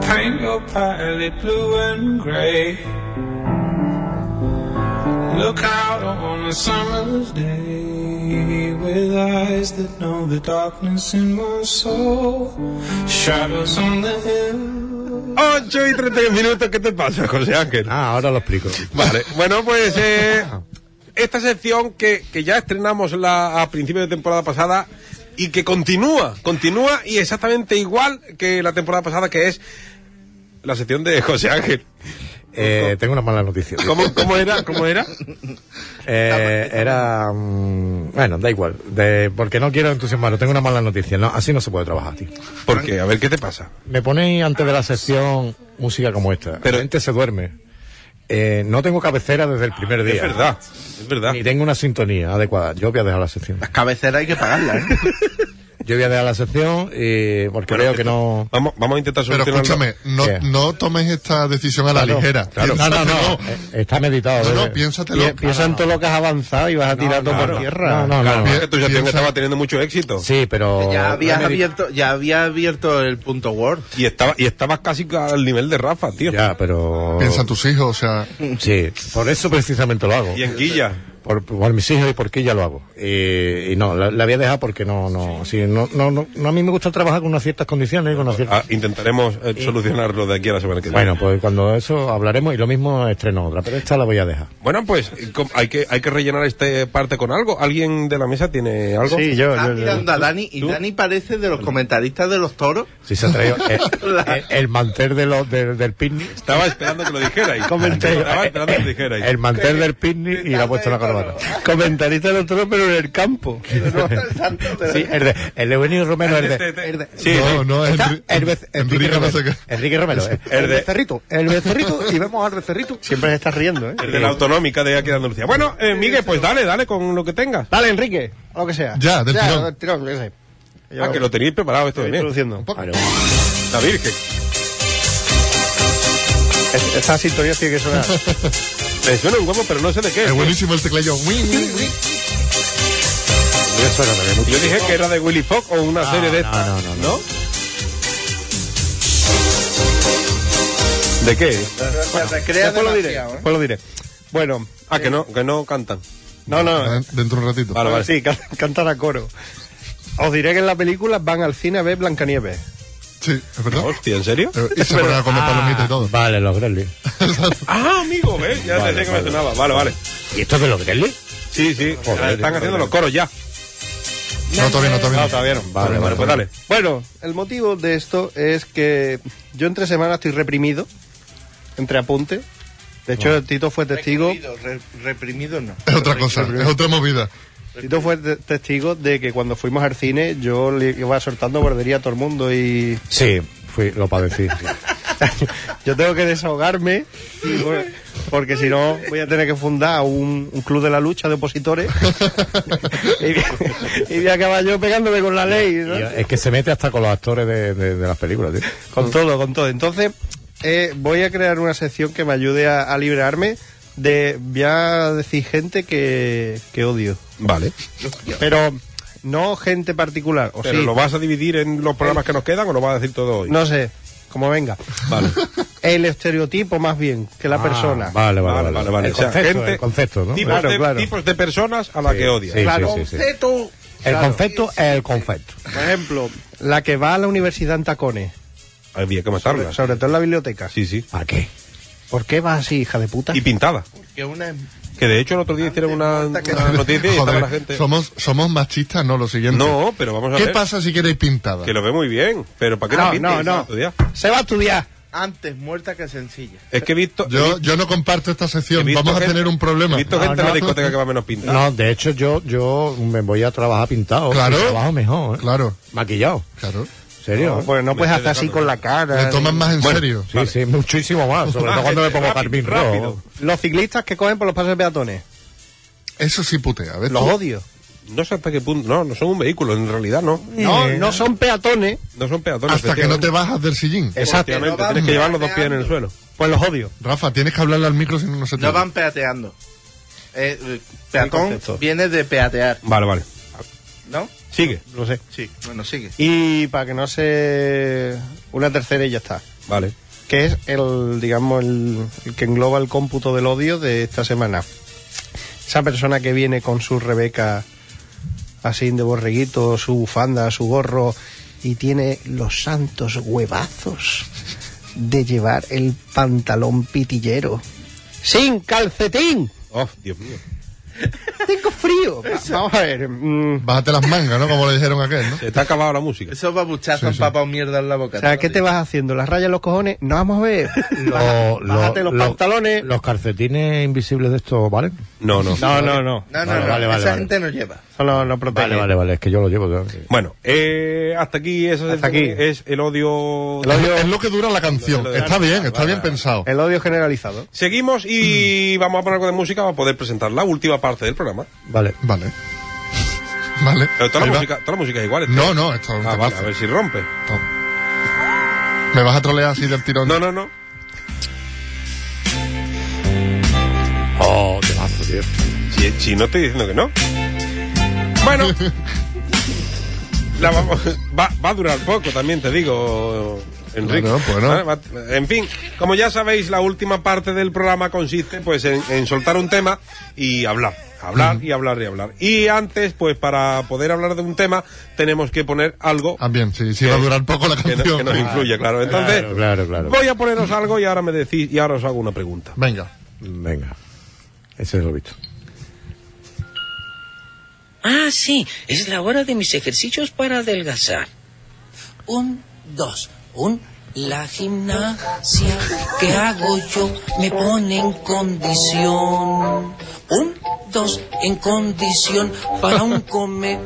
Paint your palette blue and gray. Look out on a summer's day with eyes that know the darkness in my soul. Shadows on the hill.
8 y 31 minutos, ¿qué te pasa, José Ángel?
Ah, ahora lo explico. Ah.
Vale, bueno, pues eh, esta sección que, que ya estrenamos la, a principios de temporada pasada y que continúa, continúa y exactamente igual que la temporada pasada, que es la sección de José Ángel.
Eh, tengo una mala noticia.
¿Cómo, cómo era? ¿Cómo era?
Eh, era. mm, bueno, da igual. De, porque no quiero entusiasmarlo. Tengo una mala noticia. No, así no se puede trabajar, tío.
Porque, a ver, ¿qué te pasa?
Me ponéis antes de la sección música como esta.
Pero-
la gente se duerme. Eh, no tengo cabecera desde el primer día.
Es verdad, es verdad.
Ni tengo una sintonía adecuada. Yo voy a dejar la sección.
Las cabeceras hay que pagarlas, ¿eh?
Yo voy a dejar la sección y porque
Bueno,
veo que no.
Vamos, vamos a intentar
Pero
solucionarlo.
escúchame, no,
¿Qué?
no tomes esta decisión a la
Claro,
ligera.
claro. No, no, no.
Piénsatelo.
Eh, Está meditado.
No, no,
bebé.
piénsatelo.
Pie- Piensa en todo lo que has avanzado y vas a tirar todo por tierra. No, no, no.
Claro, que tu sección
Piensa-
estaba teniendo mucho éxito.
Sí, pero.
Oh,
Ya habías
he meditado.
abierto, ya había abierto el punto Word.
Y estaba, y estabas casi al nivel de Rafa, tío.
Ya, pero.
Piensa en tus hijos, o sea.
Sí, por eso precisamente lo hago.
Y en Guilla.
Por, por mis hijos y porque ya lo hago. Y, y no, la, la voy a dejar porque no, no, sí, no, no, no, no, A mí me gusta trabajar con unas ciertas condiciones y con unas
Ah,
ciertas.
intentaremos eh, solucionarlo de aquí a la semana que viene.
Bueno, pues cuando eso hablaremos y lo mismo estreno otra, pero esta la voy a dejar.
Bueno, pues com- hay que, hay que rellenar esta parte con algo. ¿Alguien de la mesa tiene algo?
Sí, yo,
Estaba
yo- yo-
mirando a Dani y Dani parece de los comentaristas de los toros.
Sí, se ha traído el, el- el mantel de los, del- del picnic.
Estaba esperando que lo dijerais.
Comenté yo,
Estaba esperando que lo
el
dijerais.
mantel del picnic y la ha puesto la Navarro.
Tarde
Comentarista del otro, pero en el campo.
Sí, el de, el de Eugenio Romero, el
Este,
de. el de- sí,
No,
sí.
no,
Está
Enri-
el bec- Enrique
Enrique
Romero.
Roseca.
Enrique Romero, eh. El
de-
becerrito, el becerrito, y vemos al becerrito. Siempre se está riendo, eh.
El de la autonómica de aquí de Andalucía. Bueno, eh, Miguel, pues dale, dale con lo que tengas.
Dale, Enrique, o lo que sea.
Ya, del tirón.
del tirón, yo qué sé. Yo-
Ah, que lo tenéis preparado esto
Estoy
bien.
introduciendo.
Ah,
Un poco.
La Virgen.
Esta sintonía tiene que sonar.
Me suena un huevo, pero no sé de qué.
Es buenísimo el teclado.
Yo dije que era de Willy Fox o una serie de estas. Ah, No, no, no. ¿De qué?
recrea
después lo diré.
demasiado, ¿eh?
Después lo diré. Bueno, ah, que no, que no cantan.
No, no.
Ah, Dentro de un ratito.
Vale, vale.
Sí, can- cantar a coro. Os diré que en la película van al cine a ver Blancanieves.
Sí, es verdad. Eh,
Hostia, ¿en serio?
Y se ponen a comer palomitas y todo.
Vale, los Gremlins.
Ah, amigo, ¿ves? Ya
Vale,
decía que
vale.
me sonaba. Vale, vale.
¿Y esto es de los Gremlins?
Sí, sí.
Joder,
están haciendo los coros ya.
No, todavía no, todavía
No,
no.
todavía no. Vale, vale, pues dale.
Bueno, el motivo de esto es que yo entre semanas estoy reprimido, entre apuntes. De hecho, Tito fue testigo.
Reprimido, re- reprimido no.
Es otra cosa, es otra movida.
Tito fue te- testigo de que cuando fuimos al cine yo le iba soltando guardería a todo el mundo y
Sí, fui, lo padecí.
yo tengo que desahogarme y, bueno, porque si no voy a tener que fundar un, un club de la lucha de opositores y, y voy a acabar yo pegándome con la ley. ¿no?
Y Es que se mete hasta con los actores de, de- de las películas, tío.
Con todo, con todo. Entonces, eh, voy a crear una sección que me ayude a, a librarme de. Voy a decir gente que, que odio.
Vale.
Pero no gente particular. O
Pero Pues
sí,
lo vas a dividir en los programas que nos quedan o lo vas a decir todo hoy.
No sé, como venga.
Vale.
El estereotipo más bien que la
Ah,
persona.
Vale, vale, vale.
vale, vale.
El
O sea,
concepto,
gente-
el concepto, ¿no?
tipos,
Claro,
de,
claro.
tipos de personas a las que odias.
Sí, sí,
Claro.
sí, sí.
Concepto.
El concepto es el concepto.
Por ejemplo, la que va a la universidad en tacones,
Había que
sobre,
matarlas.
sobre todo en la biblioteca.
Sí, sí.
¿Para qué?
¿Por qué vas así, hija de puta?
Y pintada.
Que una es-
Que de hecho el otro día hicieron una, una noticia y estaba la gente.
Joder, somos, somos machistas, no lo siguiente.
No, pero vamos a
¿Qué
ver.
pasa si queréis pintada?
Que lo ve muy bien, pero ¿para qué la
No,
pintas?
no, no.
Otro día.
Se va a estudiar.
Antes muerta que sencilla.
Es que he visto.
Yo, yo no comparto esta sección. Vamos a tener un problema. Ah,
He visto gente en
no.
la discoteca que va menos pintada.
No, de hecho yo, yo me voy a trabajar pintado.
Claro.
Trabajo mejor, ¿eh?
Claro,
Maquillado.
claro.
¿En serio?
No, pues no puedes hacer así con la cara.
Me toman
ni-
más en
Bueno,
serio.
Sí, sí, muchísimo más. Sobre todo cuando me pongo
Rápido,
carmín
rápido.
rojo.
Los ciclistas que cogen por los pasos de peatones.
Eso sí putea. ¿ves
Los
tú?
odio.
No sé hasta qué punto. No, no son un vehículo, en realidad no.
No, no son peatones.
No son peatones.
Hasta que no te
efectivamente.
bajas del sillín.
Efectivamente, tienes que llevar los dos pies en el suelo.
Pues los odio.
Rafa, tienes que hablarle al micro si no, no se te
No
oye.
van peateando. Eh, eh, peatón viene de peatear,
Vale, vale.
¿no?
Sigue.
No sé.
Sí. Bueno, sigue.
Y para que no se... Una tercera y ya está.
Vale.
Que es el, digamos, el, el que engloba el cómputo del odio de esta semana. Esa persona que viene con su Rebeca así de borreguito, su bufanda, su gorro, y tiene los santos huevazos de llevar el pantalón pitillero. ¡Sin calcetín!
Oh, Dios mío.
Tengo frío. Va- Vamos a ver. mm,
Bájate las mangas, ¿no? Como le dijeron a aquel, ¿no?
Se te ha acabado la música.
Esos babuchazos
Sí, sí.
papá mierda en la boca.
o sea, ¿qué te vas haciendo? ¿Las rayas en los cojones? No, vamos a ver.
Lo- lo-
Bájate los
lo-
pantalones.
Los calcetines invisibles de estos, ¿vale?
No, no.
No,
No,
no, no.
no,
Vale, vale,
no.
vale,
Esa
vale.
gente no lleva.
Solo no protege.
Vale, vale, vale. Es que yo lo llevo. ¿no?
Bueno, eh, hasta aquí eso
Hasta aquí.
es el odio.
Es lo- es lo que dura la canción.
Lo de-
Está bien, está
Vale,
bien
vale.
pensado.
El odio generalizado.
Seguimos
Mm.
y vamos a poner algo de música para poder presentar la última parte del programa.
Vale.
Vale. Vale.
Pero toda
Ahí
la,
va.
música, toda la música es igual.
No, no, esto es un
Ah, vale,
temazo.
a ver si rompe.
Tom. ¿Me vas a trolear así del tirón?
No, no, no.
Oh, qué mazo, tío.
Si, si no estoy diciendo que no. Bueno. la vamos- va, va a durar poco también, te digo, Enrique.
Bueno, pues no.
Vale, va- en fin, como ya sabéis, la última parte del programa consiste pues en, en soltar un tema y hablar. Hablar y hablar y hablar. Y antes, pues para poder hablar de un tema, tenemos que poner algo
Ah, bien, sí, sí, va a durar poco la
que, no-
canción.
que nos influya, claro. Entonces,
Claro, claro, claro.
voy a poneros algo y ahora me decís, y ahora os hago una pregunta.
Venga.
Venga. Ese es lo visto.
Ah, sí, es la hora de mis ejercicios para adelgazar. Un, dos, un. La gimnasia que hago yo me pone en condición. Un,
dos en condición para un come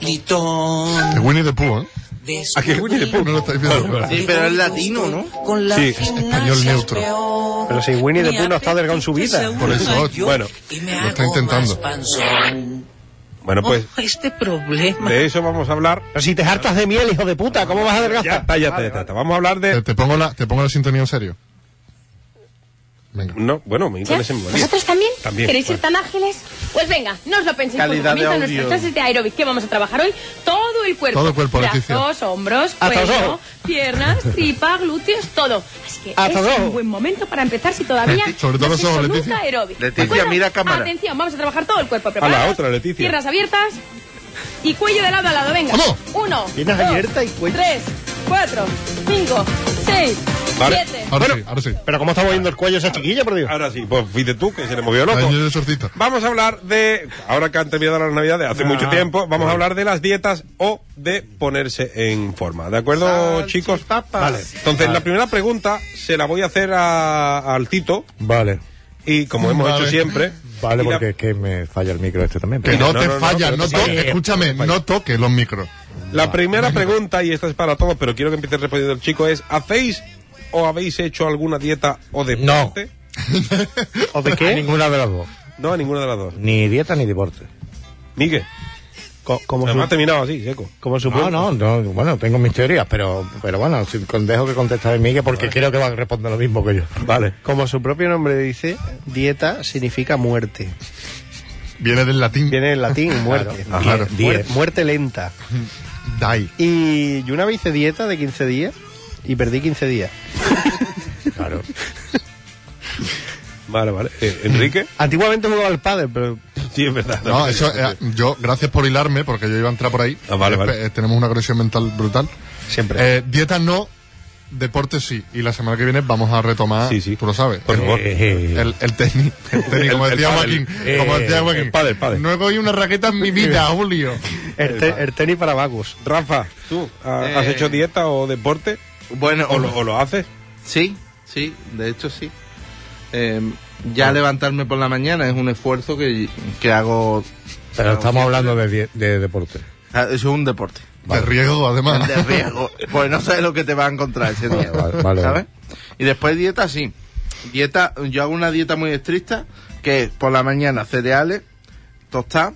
litón.
Es Winnie the Pooh, ¿eh?
Descubrí
Aquí es Winnie the Pooh, no lo estáis viendo. ¿verdad?
Sí, pero es latino, ¿no?
Con la
Sí, es español neutro.
Pero si Winnie the Pooh no está delgado en su vida.
Por eso,
bueno,
lo está intentando.
Bueno, pues
este problema.
de eso vamos a hablar.
Pero si te hartas de miel, hijo de puta, ¿cómo vas a
Ya
adelgazar?
está, ya está, ya está. Vamos a hablar de.
Eh, Te, te pongo la, te pongo la sintonía en serio.
No, bueno, me
¿Ya?
interesa
¿Vosotros también?
También,
¿Queréis
bueno.
ir tan ágiles? Pues venga, no os lo penséis. porque
Calidad de
comienzan
audio.
nuestras clases de aeróbic. ¿Qué vamos a trabajar hoy? Todo el cuerpo.
Todo el cuerpo,
Brazos,
Leticia.
hombros,
Hasta los
cuello,
ojos.
piernas, tripa, glúteos, todo. Así que
Hasta
es
los
un
ojos.
buen momento para empezar si todavía
Leti- sobre todo
no
los
has hecho
ojos,
nunca
Leticia.
aeróbic.
Leticia,
¿De acuerdo?
mira a cámara.
Atención, vamos a trabajar todo el cuerpo. ¿Preparados?
otra, Leticia.
Piernas abiertas y cuello de lado a lado. Venga.
¡Vamos!
Uno,
Piernas
dos,
abiertas y cuello.
tres, cuatro, cinco, seis,
Vale,
este.
siete.
ahora sí, ahora sí. Pero ¿cómo está moviendo el cuello esa chiquilla, por Dios? Ahora sí, pues fuiste tú que se le movió el ojo. Vamos a hablar de, ahora que han terminado las navidades, hace
Ah,
mucho tiempo, vamos
bueno.
a hablar de las dietas o de ponerse en forma. ¿De acuerdo, chicos? Vale. Entonces, la primera pregunta se la voy a hacer a- al Tito.
Vale.
Y como hemos
Vale.
hecho siempre.
Vale,
y la-
porque es que me falla el micro este también.
Que
pero-
no, te fallas, no,
te
to-
falla.
escúchame, no toques los micros.
La primera pregunta, y esta es para todos, pero quiero que empiece respondiendo el chico, es ¿hacéis o habéis hecho alguna dieta o deporte?
¿O de qué? Ninguna de las dos.
No, ninguna de las dos.
Ni dieta ni deporte.
¿Ni qué?
como
Además
su-
ha terminado así, seco.
Como supongo. No, no, no, bueno, tengo mis teorías, pero, pero bueno, si- con- dejo que conteste Miguel porque creo que va a responder lo mismo que yo. Vale.
Como su propio nombre dice, dieta significa muerte.
Viene del latín.
Viene del latín, muerte.
Claro, claro.
Muer-
Diez.
muerte lenta.
Dai.
Y yo una vez hice dieta de 15 días y perdí 15 días.
Claro.
Vale, vale. Eh, ¿Enrique?
Antiguamente jugaba al padre, pero
Sí, es verdad.
No, eso, eh, yo, gracias por hilarme, porque yo iba a entrar por ahí.
Ah, vale,
Eh,
vale.
eh, tenemos una conexión mental brutal.
Siempre.
Eh, dieta no, deporte sí. Y la semana que viene vamos a retomar,
Sí, sí.
tú lo sabes, Eh,
Por favor.
el, el tenis. El tenis, como
El- el
decía
pádel.
Joaquín. como
Eh,
decía Joaquín.
el pádel, pádel.
No he cogido una raqueta en mi vida, Julio.
el, te- el tenis para vagos.
Rafa, ¿tú ha- has
Eh.
hecho dieta o deporte?
Bueno,
¿O lo, o lo haces?
Sí, sí, de hecho sí. Eh, ya levantarme por la mañana es un esfuerzo que, que hago.
Pero estamos hablando de, die- de deporte.
Ah, Eso es un deporte.
De riesgo, además.
De riesgo. Pues no sabes lo que te va a encontrar ese día.
Vale, vale.
¿Sabes? Y después dieta, sí. Dieta, yo hago una dieta muy estricta, que es por la mañana cereales, tostada,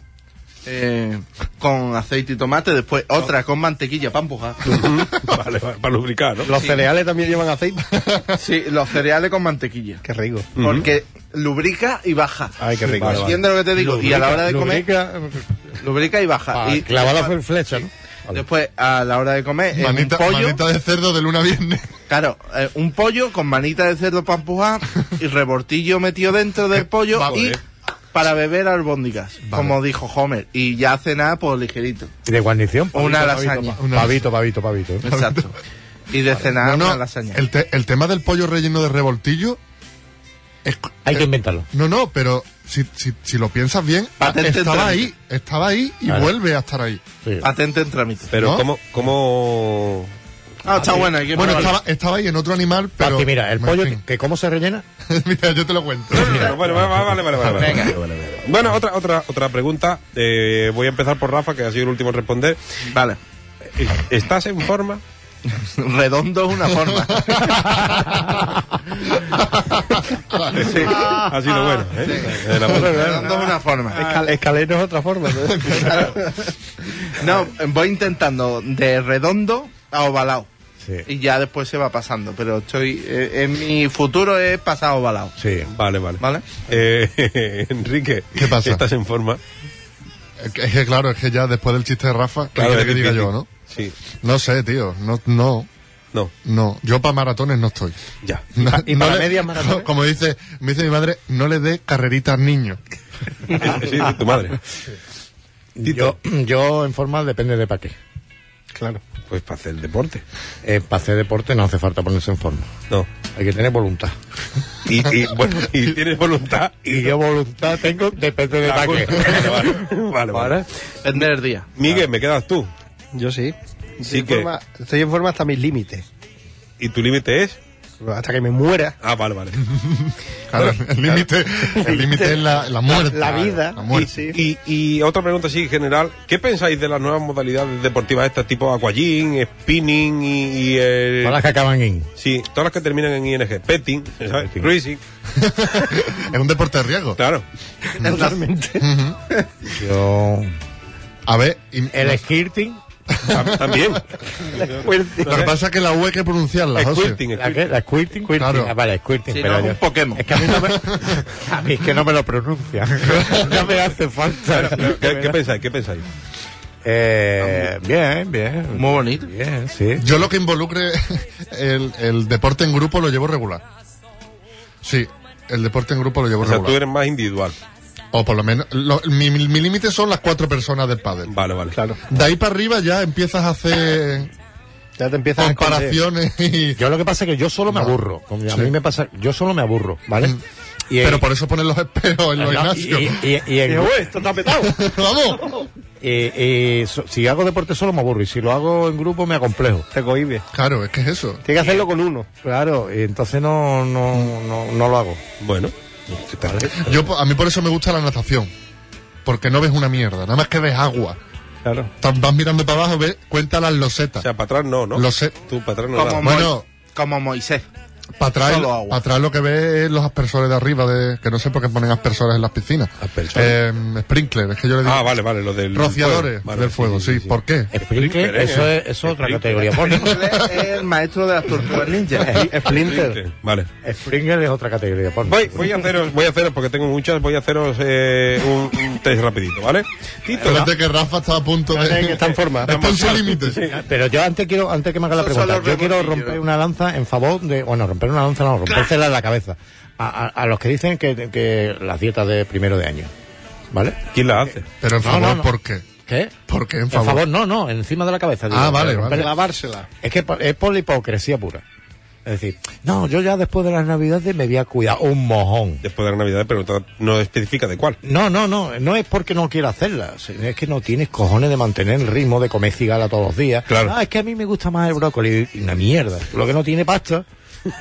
eh, con aceite y tomate, después otra con mantequilla para empujar.
vale, vale, para lubricar, ¿no?
Los cereales también llevan aceite.
Sí, los cereales con mantequilla.
Qué rico.
Porque lubrica y baja.
Ay, qué rico.
Vale,
Vale,
¿Entiendes lo que te digo? y a la hora de comer,
Ah, Lubrica-
lubrica y baja.
Ah,
y
clavada
después,
fue flecha, ¿no?
después, a la hora de comer, eh,
Manita,
un pollo.
manita de cerdo de luna a viernes.
Claro, eh, un pollo con manita de cerdo para empujar y rebortillo metido dentro del pollo
Vamos,
y
eh.
para beber albóndigas,
Vale.
como dijo Homer. Y ya cenar, pues ligerito.
Y de guarnición.
Una
pavito,
lasaña.
pa- Pavito, pavito, pavito. ¿eh?
Exacto. Y de cenar
No, no,
una lasaña.
El, te- el tema del pollo relleno de revoltillo. es-
Hay que
eh,
inventarlo.
No, no, pero si, si, si lo piensas bien,
Patente
estaba
en
ahí,
trámite.
estaba ahí y
Claro.
vuelve a estar ahí.
Sí.
Patente en trámite.
Pero
¿No?
¿cómo, cómo...?
Ah, está bueno. hay que
Bueno,
probarlo.
estaba, estaba ahí en otro animal, pero.
Pati, mira, el
Bueno,
pollo,
en
que, que ¿cómo se rellena?
fin. mira, yo te lo cuento.
Bueno, bueno, vale, vale, vale, vale, vale.
Venga.
Bueno, otra, otra, otra pregunta. Eh, voy a empezar por Rafa, que ha sido el último en responder.
Vale.
Eh, ¿Estás en forma?
Redondo es una forma.
Sí, ha sido bueno. ¿eh? Eh, la pregunta.
Redondo es una forma.
Escal- escaleno es otra forma.
No,
¿no?
voy intentando de redondo a ovalado.
Sí.
Y ya después se va pasando. Pero estoy. eh, en mi futuro es pasado ovalado.
Sí.
Vale, vale.
¿Vale?
Eh, Enrique,
¿Qué pasa?
¿Estás en forma?
Es que- es que claro, es que ya después del chiste de Rafa, ¿qué quiere
es
que diga
difícil.
yo, no?
Sí,
No sé, tío. No, no,
no,
no. Yo para maratones no estoy.
ya.
No-
y para
le-
medias maratones?
Como dice, me dice mi madre, no le dé carreritas al niño.
Sí, sí, tu madre.
Yo, yo en forma depende de para qué.
Claro.
Pues para hacer deporte.
Eh, para hacer deporte no hace falta ponerse en forma.
No.
Hay que tener voluntad.
Y, y, bueno, y tienes voluntad y...
Y yo voluntad tengo, depende de para
Vale,
qué.
vale, vale, vale.
Depende del día.
Miguel, me quedas tú.
Yo sí. Estoy,
Sí
en
que-
forma, estoy en forma hasta mis límites.
¿Y tu límite es?
hasta que me muera.
Ah, vale, vale.
Claro,
el límite
el límite es la- la muerte. La- la vida. La muerte.
Y, y- y otra pregunta así general, ¿qué pensáis de las nuevas modalidades deportivas estas tipo aquagym, spinning y... y, eh,
Todas las que acaban en.
Sí, todas las que terminan en ING. Petting, ¿sabes? Cruising.
Es un deporte de riesgo.
Claro.
Totalmente.
Yo.
A ver.
El skirting.
También.
Lo que pasa es que la U hay que pronunciarla, José.
¿La qué? ¿La squirting?
Claro.
Ah, vale, squirting.
Sí,
pero
no, es un
yo- Es que a mí, no me, a mí es que no me lo pronuncia. no me hace falta.
¿Qué, qué pensáis? ¿Qué pensáis?
Eh, bien, bien. Muy bonito. Bien, sí.
Yo lo que involucre el, el deporte en grupo lo llevo regular. Sí, el deporte en grupo lo llevo
O sea,
regular.
tú eres más individual.
O por lo menos, lo- mi, mi- mi límite son las cuatro personas del pádel.
Vale, vale.
Claro.
De ahí para arriba ya empiezas a hacer
Ya te empiezas a
comparaciones y...
Yo lo que pasa es que yo solo me aburro. Como A
Sí.
mí me pasa, yo solo me aburro, ¿vale?
Pero por eso ponen los espejos en los
No,
gimnasios.
y- y- y- y en-
esto está petado.
Vamos.
Eh, eh, so- si hago deporte solo me aburro y si lo hago en grupo me acomplejo.
Te cohibes.
Claro, es que es eso.
Tienes que hacerlo con uno.
Claro, y entonces no, no, no, no lo hago.
Bueno.
Yo, po- a mí por eso me gusta la natación. Porque no ves una mierda, nada más que ves agua.
Claro.
Vas mirando para abajo, ves, cuenta las losetas.
O sea, para atrás no, ¿no?
Lo sé.
Tú para atrás no
Como
das.
Mo- Bueno.
Como Moisés.
Para atrás,
Solo agua.
pa' atrás lo que ves es los aspersores de arriba, de, que no sé por qué ponen aspersores en las piscinas. Eh, sprinkler, es que yo le digo.
Ah, vale, vale, lo del fuego.
Rociadores
Vale,
del
sí,
fuego, sí,
sí, sí.
¿por qué?
Sprinkler, eso
¿eh?
es, eso es otra categoría.
Es el maestro de las tortugas ninja.
Splinter.
¿eh? Vale.
Springer es otra categoría. porno.
Voy, voy a haceros, voy a haceros, porque tengo muchas, voy a haceros eh, un, un test rapidito, ¿vale? Tito,
Espérate que Rafa está a punto de.
que está en forma.
Está en su límite.
Pero yo antes quiero, antes que me haga la
Eso son
pregunta,
los
yo quiero
remordillos.
romper una lanza en favor de, bueno, romper una lanza no, rompérsela en la cabeza. A, a- a los que dicen que, que las dietas de primero de año. ¿Vale?
¿Quién la hace?
Pero en
No,
favor,
no, no.
¿por qué?
¿Qué?
¿Por qué en
En
favor?
favor, no, no, encima de la cabeza.
Ah, vale,
romper-
vale.
Lavársela.
Es que po- es por la hipocresía pura. Es decir, no, yo ya después de las navidades me voy a cuidar un mojón.
después de la Navidad, pero no- no especifica de cuál.
No, no, no, no es porque no quiera hacerla, sino es que no tienes cojones de mantener el ritmo de comer cigala todos los días.
Claro.
Ah, es que a mí me gusta más el brócoli, una mierda. Lo que no tiene pasta,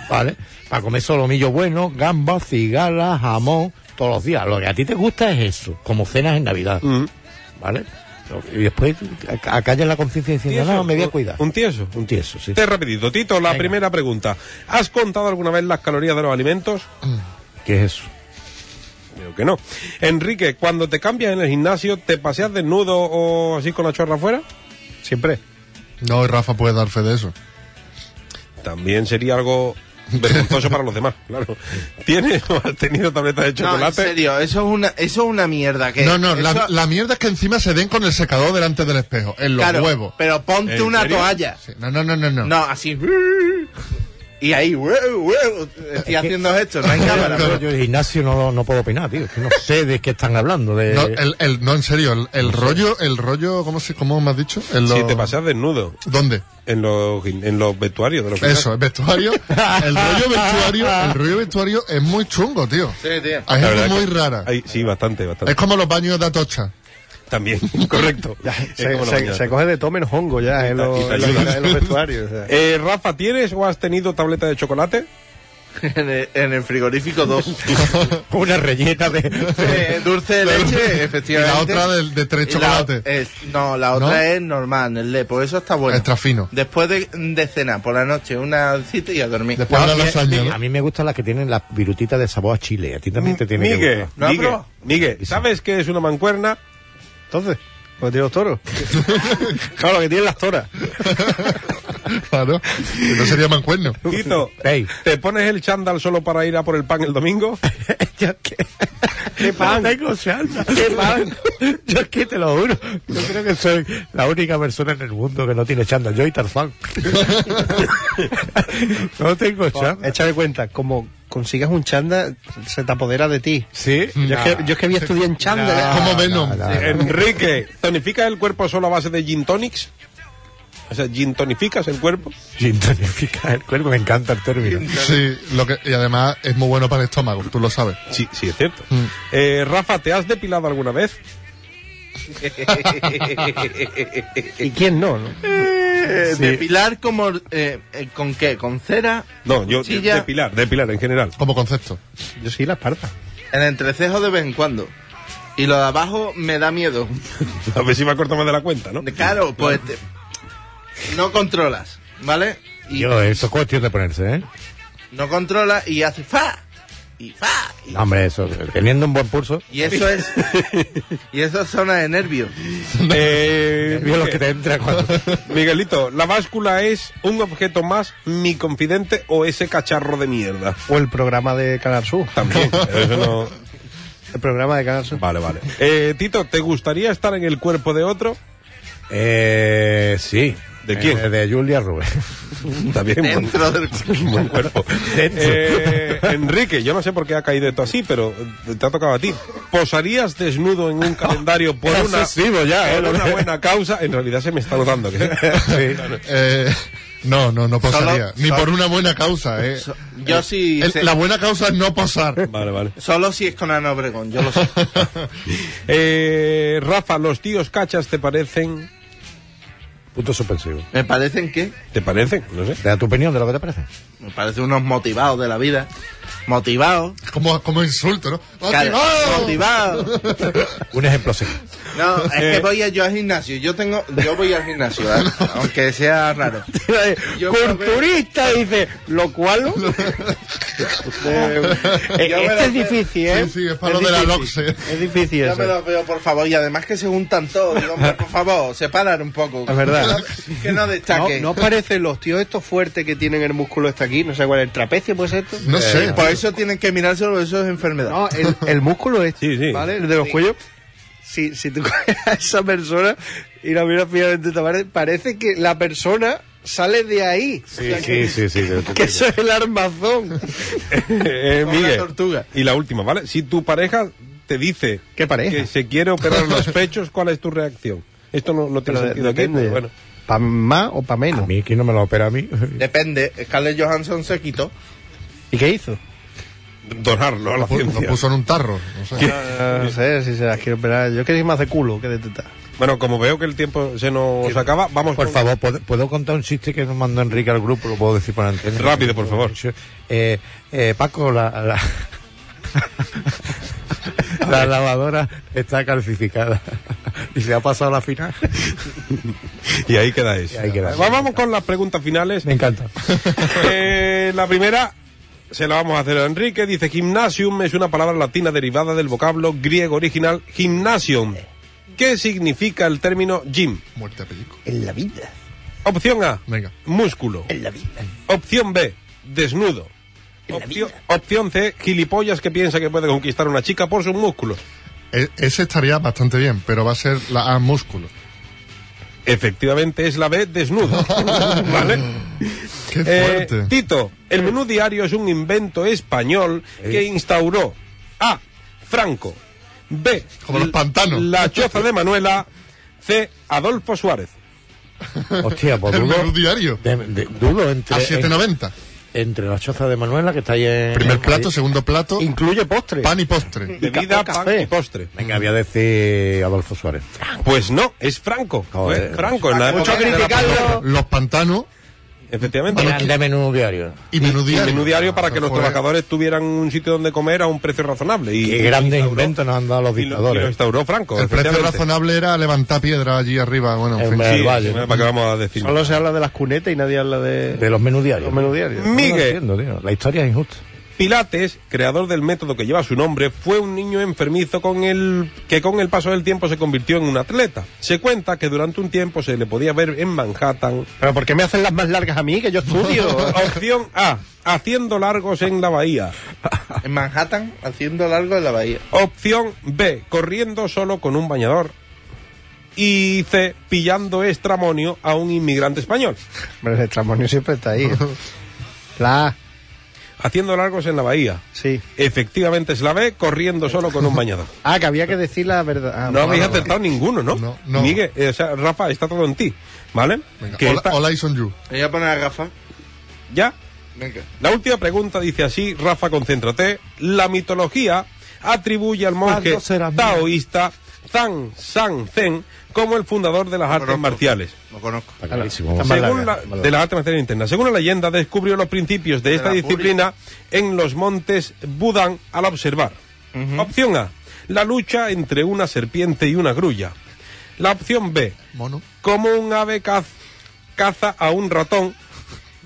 ¿vale? Para comer solomillo bueno, gambas, cigala, jamón, todos los días. Lo que a ti te gusta es eso, como cenas en Navidad,
Mm.
¿vale? Y después ac- acallas la conciencia diciendo,
Tieso,
no, me voy a cuidar.
Un tieso.
Un tieso, sí.
Te rapidito, Tito, la primera pregunta. ¿Has contado alguna vez las calorías de los alimentos?
¿Qué es eso?
Creo que no. Enrique, cuando te cambias en el gimnasio, ¿te paseas desnudo o así con la chorra afuera?
Siempre.
No, y Rafa puede dar fe de eso.
También sería algo vergonzoso para los demás, claro. ¿Tienes o has tenido tabletas de
No, en
chocolate?
serio, eso es una, eso es una mierda. Que
No, no, la,
Eh, eso-
la mierda es que encima se den con el secador delante del espejo, en los
claro,
huevos.
Pero ponte
¿En
una
serio?
toalla.
Sí, No, no, no, no, no.
No, así. Y ahí, huevo, huevo. Estoy haciendo esto, no hay cámara.
Yo,
pero-
yo el gimnasio no, lo- no puedo opinar, tío. Es que no sé de qué están hablando. De...
No, eh, el, el- no, en serio, el, el rollo, el rollo, ¿cómo, se, cómo me has dicho? El
Si
lo-
te paseas desnudo
¿Dónde?
en los, gim- en los vestuarios de los
Eso, el vestuario. El rollo vestuario, el rollo vestuario es muy chungo, tío.
Sí, tío.
Hay
La
gente
verdad
muy
que-
rara.
Ay, sí, bastante, bastante.
Es como los baños de Atocha.
También, correcto. Es
Se,
como la
se-
mañana.
se coge de tome en hongo ya en los,
y te
en los-
ayuda.
en los vestuarios. o sea.
Eh, Rafa, ¿tienes o has tenido tableta de chocolate?
En el, en el frigorífico 2.
Una rellena de...
dulce de leche, efectivamente.
Y la otra del- de tres
Y la-
chocolates.
es- no, la otra
¿No?
es normal, el lepo. Eso está bueno.
Extra fino.
Después de, de cenar, por la noche, una cita y a dormir.
Después de la
a mí-
lasaña,
A
¿no?
mí me gustan las que tienen las virutitas de sabor a chile. A ti también te tiene que
Miguel,
gustar.
¿No ha
Miguel,
probado?
Miguel, ¿sabes qué es una mancuerna?
Entonces, pues tiene los toros. claro, que tienen las toras.
Claro. Que No sería mancuerno.
Tito,
Ey,
¿te pones el chándal solo para ir a por el pan el domingo?
yo que... ¿Qué pan? tengo chanda. ¿Qué pan? Yo es que te lo juro. Yo creo que soy la única persona en el mundo que no tiene chanda. Yo y Tarzán. no tengo chanda.
Échale Pues, cuenta, como consigas un chanda, se te apodera de ti.
¿Sí?
Yo, es que, yo es que había estudiado en chanda.
Como Venom.
Enrique, ¿tonificas el cuerpo solo a base de gin tonics? O sea, gin tonificas el cuerpo.
Gin tonifica el cuerpo. Me encanta el término.
Sí, lo que, y además es muy bueno para el estómago, tú lo sabes.
Sí, sí, es cierto. Eh, Rafa, ¿te has depilado alguna vez?
¿Y quién no? no?
eh,
Sí.
depilar como... eh, eh, ¿Con qué? ¿Con cera?
No, yo
Cuchilla.
depilar, depilar en general.
Como concepto.
Yo sí la esparta.
El entrecejo de vez en cuando. Y lo de abajo me da miedo.
A ver si me corto más de la cuenta, ¿no?
Claro, pues te- no controlas, ¿vale? Y
Yo, eso es cuestión de ponerse, ¿eh?
no controlas y haces fa. Y fa.
No, hombre, eso, teniendo un buen pulso.
Y eso es. y eso es zona de nervios.
Eh,
Nervios los que te entran cuando-
Miguelito, la báscula es un objeto más, mi confidente o ese cacharro de mierda.
O el programa de Canal Sur.
También. Eso no-
El programa de Canal Sur.
Vale, vale. Eh, Tito, ¿te gustaría estar en el cuerpo de otro?
Eh, sí.
¿De quién?
Eh, de Julia Rubén.
También.
Dentro del
buen cuerpo. Eh, Enrique, yo no sé por qué ha caído esto así, pero te ha tocado a ti. ¿Posarías desnudo en un calendario por
Era
una,
obsesivo ya,
por
eh, lo
una
que-
buena causa? En realidad se me está notando. Que...
Eh, no, no, no posaría.
Solo-
Ni
solo-
por una buena causa, ¿eh?
So- yo sí
El-
sé.
la buena causa es no posar.
Vale, vale.
Solo si es con Ana Obregón, yo lo sé.
Eh, Rafa, ¿los tíos cachas te parecen?
Punto suspensivo.
¿Me parecen qué?
¿Te parecen? No sé.
Da tu opinión de lo que te parece.
Me parecen unos motivados de la vida. Motivados.
Como, como insulto, ¿no?
Claro,
¡Oh,
motivados.
Un ejemplo sí.
No, es
Eh.
que voy a- yo al gimnasio. Yo tengo, yo voy al gimnasio, ¿vale? aunque sea raro. Yo me lo veo-
Culturista, dice, lo cual.
Yo me
este
lo
es
veo-
difícil, ¿eh?
Sí, sí, es para lo
Es
de la
difícil.
LOXE.
Es difícil
Yo me
eso.
lo veo, por favor. Y además que se juntan todos. Digo, hombre, por favor, separar un poco.
Es verdad.
Que no
No,
destaque.
no parecen los tíos estos fuertes que tienen el músculo este aquí, no sé cuál, el trapecio puede ser esto.
No sé.
Por eso tienen que mirárselo, eso es enfermedad.
No, el, el músculo este,
Sí, sí.
¿vale? El de los
Sí.
cuellos. Si, si tú coges a esa persona y la miras fijamente, te parece, parece que la persona sale de ahí. O sea, que,
sí, sí.
que eso es el armazón.
Eh,
Como
Miguel,
una tortuga.
y la última, ¿vale? Si tu pareja te dice
¿Qué pareja?
que se quiere operar los pechos, ¿cuál es tu reacción? Esto no, no tiene
Pero de-
sentido aquí,
depende.
pero bueno.
¿Para más o para
A
menos?
mí, ¿quién no me lo opera a mí?
Depende. Scarlett Johansson se quitó.
¿Y qué hizo?
Donarlo a la
Lo, pu- lo
ciencia.
puso en un tarro. No sé.
No sé si se las quiero operar. Yo quería más de culo que de teta.
Bueno, como veo que el tiempo se nos acaba, vamos
Por
con-
favor, ¿puedo, puedo contar un chiste que nos mandó Enrique al grupo? ¿Lo puedo decir por antena?
Rápido, por favor.
Eh, eh, Paco, la, la... la lavadora está calcificada. Y se ha pasado la final.
Y ahí queda eso.
Y ahí queda eso.
Va- Vamos con las preguntas finales.
Me encanta.
Eh, la primera se la vamos a hacer a Enrique. Dice, gymnasium es una palabra latina derivada del vocablo griego original gymnasium. ¿Qué significa el término gym?
Muerte a pellico.
En la vida.
Opción A,
Venga.
músculo.
En la vida.
Opción B, desnudo.
En la
Opción,
vida.
opción C, gilipollas que piensa que puede conquistar a una chica por sus músculos.
E- ese estaría bastante bien, pero va a ser la A músculo.
Efectivamente es la B, desnudo. ¿Vale?
Qué
Eh,
fuerte.
Tito, el menú diario es un invento español que instauró A. Franco. B.
Como los
L-
pantanos.
La choza de Manuela. C. Adolfo Suárez.
Hostia, pues
el
dudo.
menú diario.
de- eh, de- dudo entre,
A 7,90.
en- entre la choza de Manuela, que está ahí en.
Primer
en
plato,
Madrid.
segundo plato,
Incluye postre.
pan y postre.
Bebida,
o
pan
café.
y postre.
Venga, voy a decir Adolfo Suárez.
Pues no, es Franco.
Joder.
Fue Franco en la
Mucho
época de la
criticarlo.
Los pantanos
pandemia. Efectivamente.
Grande menú diario.
y menú
Y
diario.
menú diario para que los
Fue-
trabajadores tuvieran un sitio donde comer a un precio razonable. Y,
Qué grandes
y-
inventos nos han dado los
y lo, y lo
eh.
dictadores.
instauró Franco.
El precio
efectivamente.
razonable era levantar piedra allí arriba. Bueno, en
En
fin.
verdad.
Sí,
del Valle.
¿para qué vamos a decir?
Solo se habla de las cunetas y nadie habla de,
de los menú diarios.
los menú diarios.
No lo
Miguel.
entiendo, tío. La historia es injusta.
Pilates, creador del método que lleva su nombre, fue un niño enfermizo con el que con el paso del tiempo se convirtió en un atleta. Se cuenta que durante un tiempo se le podía ver en Manhattan.
Pero ¿por qué me hacen las más largas a mí que yo estudio?
Opción A, haciendo largos en la bahía.
En Manhattan, haciendo largo en la bahía.
Opción B, corriendo solo con un bañador. Y C, pillando estramonio a un inmigrante español.
Pero el extramonio siempre está ahí. ¿eh? La A,
Haciendo largos en la bahía.
sí.
Efectivamente es la B, corriendo solo con un bañador.
Ah, que había que decir la verdad. Ah,
No
vale,
habéis
vale.
acertado ninguno, ¿no?
No, no.
Miguel, eh, o sea, Rafa, está todo en ti, ¿vale?
Venga,
Que
hola,
esta-
hola, Ison Yu.
Voy a poner la gafa.
ya.
Venga.
La última pregunta dice así, Rafa, concéntrate. La mitología atribuye al monje
¿Cuándo será mía?
taoísta Zhang San Zen como el fundador de las artes marciales.
Lo conozco.
Según la- de las artes marciales internas. Según la leyenda, descubrió los principios de, esta
la
disciplina en los montes Budán al observar. Opción A. La lucha entre una serpiente y una grulla. La opción B.
Mono.
Como un ave caz- caza a un ratón.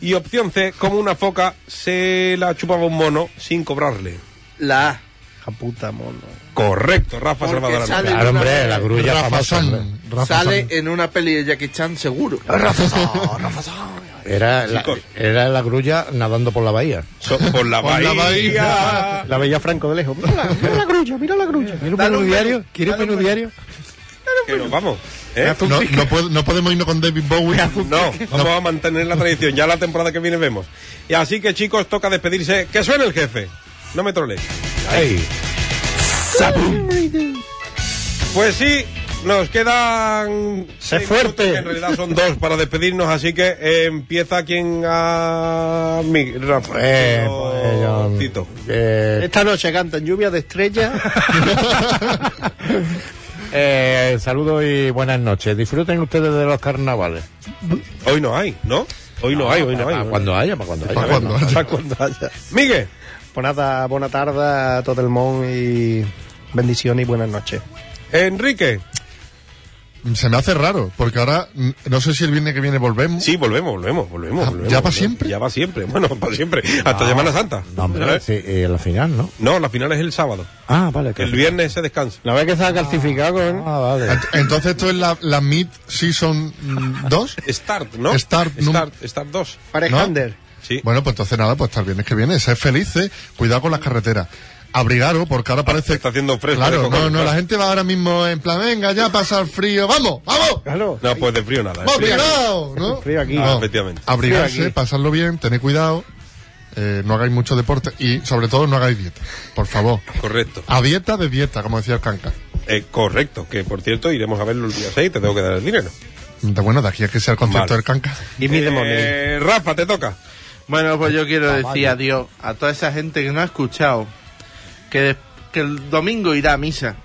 Y opción C. Como una foca se la chupaba un mono sin cobrarle.
La A.
Ja puta mono.
Correcto, Rafa
Porque
Salvador.
sale
Alonso.
en una-
Rafa San.
sale en una peli de Jackie Chan seguro.
Era la, era la grulla nadando por la bahía.
por la
Por la bahía. bahía.
La veía Franco de lejos.
Mira la grulla, mira la grulla. ¿Quieres un menú diario? ¿Quieres un menú diario?
Que nos vamos. ¿eh?
No, no puedo- no podemos irnos con David Bowie.
No, vamos a mantener la tradición. Ya la temporada que viene vemos. Y así que chicos, toca despedirse. Que suene el jefe. No me trolees. Ahí. Pues sí, nos quedan. Sé fuerte. en realidad son dos para despedirnos, así que eh, empieza quien a. Mi, Rafa.
Eh,
Eh,
yo-
pues,
Tito.
Esta noche cantan lluvia de estrellas.
Eh, saludos y buenas noches. Disfruten ustedes de los carnavales. Ah,
Hoy no hay, ¿no? Hoy no hay, hoy no hay.
Cuando haya, para cuando haya.
cuando haya. Miguel.
Pues nada, buena tarde a todo el mundo y bendiciones y buenas noches.
Enrique.
Se me hace raro, porque ahora mm, no sé si el viernes que viene volvemos.
Sí, volvemos, volvemos, volvemos. volvemos,
¿Ya para
volvemos.
siempre?
Ya para siempre, bueno, para siempre. Hasta
Ah.
Semana Santa.
No, hombre,
¿Eh?
sí, eh, la final, ¿no?
No, la final es el sábado.
Ah, vale.
El viernes se descansa.
La vez que está calcificado, ¿eh?
Ah, vale.
Ent- Entonces esto es la, la mid season 2.
Start, ¿no?
Start, num-
Start, Start 2.
¿no? Bueno, pues entonces nada, pues hasta el viernes que viene. Sed felices, cuidado con las carreteras. Abrigaros, porque ahora parece.
Está haciendo fresco. de
Claro, no,
cojones,
no,
claro.
la gente va ahora mismo en plan, venga, ya pasa el frío, vamos, vamos.
No, pues de frío nada.
Vamos,
frío
cuidado, ¿no?
Frío aquí.
Ah, efectivamente.
Abrigarse, pasarlo bien, tened cuidado, eh, no hagáis mucho deporte y sobre todo no hagáis dieta, por favor.
Correcto.
A dieta de dieta, como decía el canca.
Eh, correcto, que por cierto iremos a verlo el día 6, te tengo que dar el dinero.
De- bueno, de aquí a que sea el concepto del canca.
Eh, Rafa, te toca.
Bueno, pues yo quiero
Ah,
decir
vaya.
adiós a toda esa gente que no ha escuchado, que, des- que el domingo irá a misa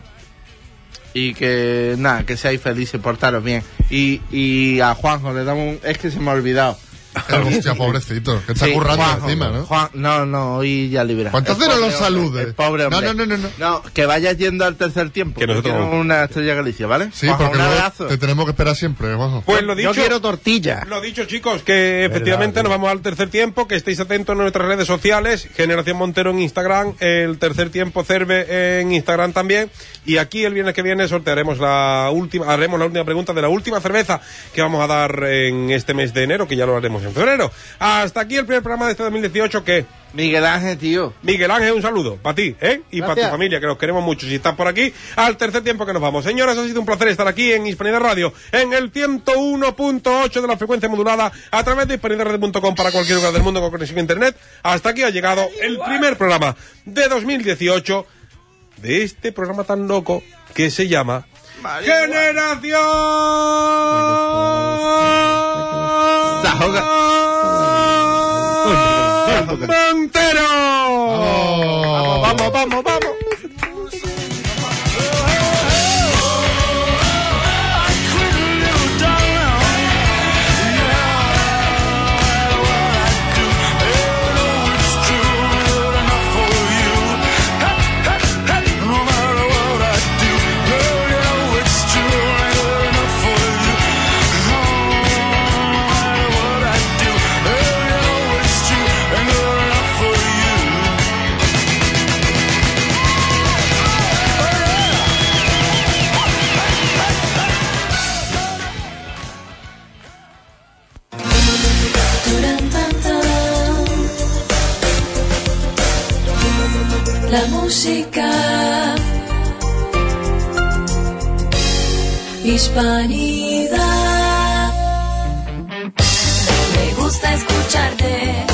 y que nada, que seáis felices, portaros bien. Y, y a Juanjo le damos un... Es que se me ha olvidado.
Hostia, pobrecito, que está
Sí,
currando
Juanjo,
encima, ¿no?
Juan- no, no, hoy ya libra.
Pues entonces
El
no
pobre
lo
hombre,
saludes.
el pobre
No,
hombre.
no, no, no,
que vayas yendo al tercer tiempo.
Que nosotros
quiero
vamos.
una estrella Galicia, ¿vale?
Sí,
Juanjo,
porque
un
luego
abrazo.
te tenemos que esperar siempre, Juanjo.
Pues lo dicho.
tortilla.
Lo dicho, chicos, que efectivamente nos vamos al tercer tiempo, que estéis atentos a nuestras redes sociales, Generación Montero en Instagram, el tercer tiempo Cerve en Instagram también. Y aquí el viernes que viene sortearemos la última, haremos la última pregunta de la última cerveza que vamos a dar en este mes de enero, que ya lo haremos en febrero. Hasta aquí el primer programa de este 2018 que...
Miguel Ángel, tío.
Miguel Ángel, un saludo para ti, ¿eh? Y para tu
Gracias.
familia, que los queremos mucho. Si estás por aquí, al tercer tiempo que nos vamos. Señores, ha sido un placer estar aquí en Hispanidad Radio, en el 101.8 de la frecuencia modulada, a través de hispanidadradio.com para cualquier lugar del mundo con conexión a Internet. Hasta aquí ha llegado el primer programa de 2018 de este programa tan loco que se llama ¡Generación! ¡Montero!
Vamos,
vamos, vamos.
Duran tanto. La música Hispanidad Me gusta escucharte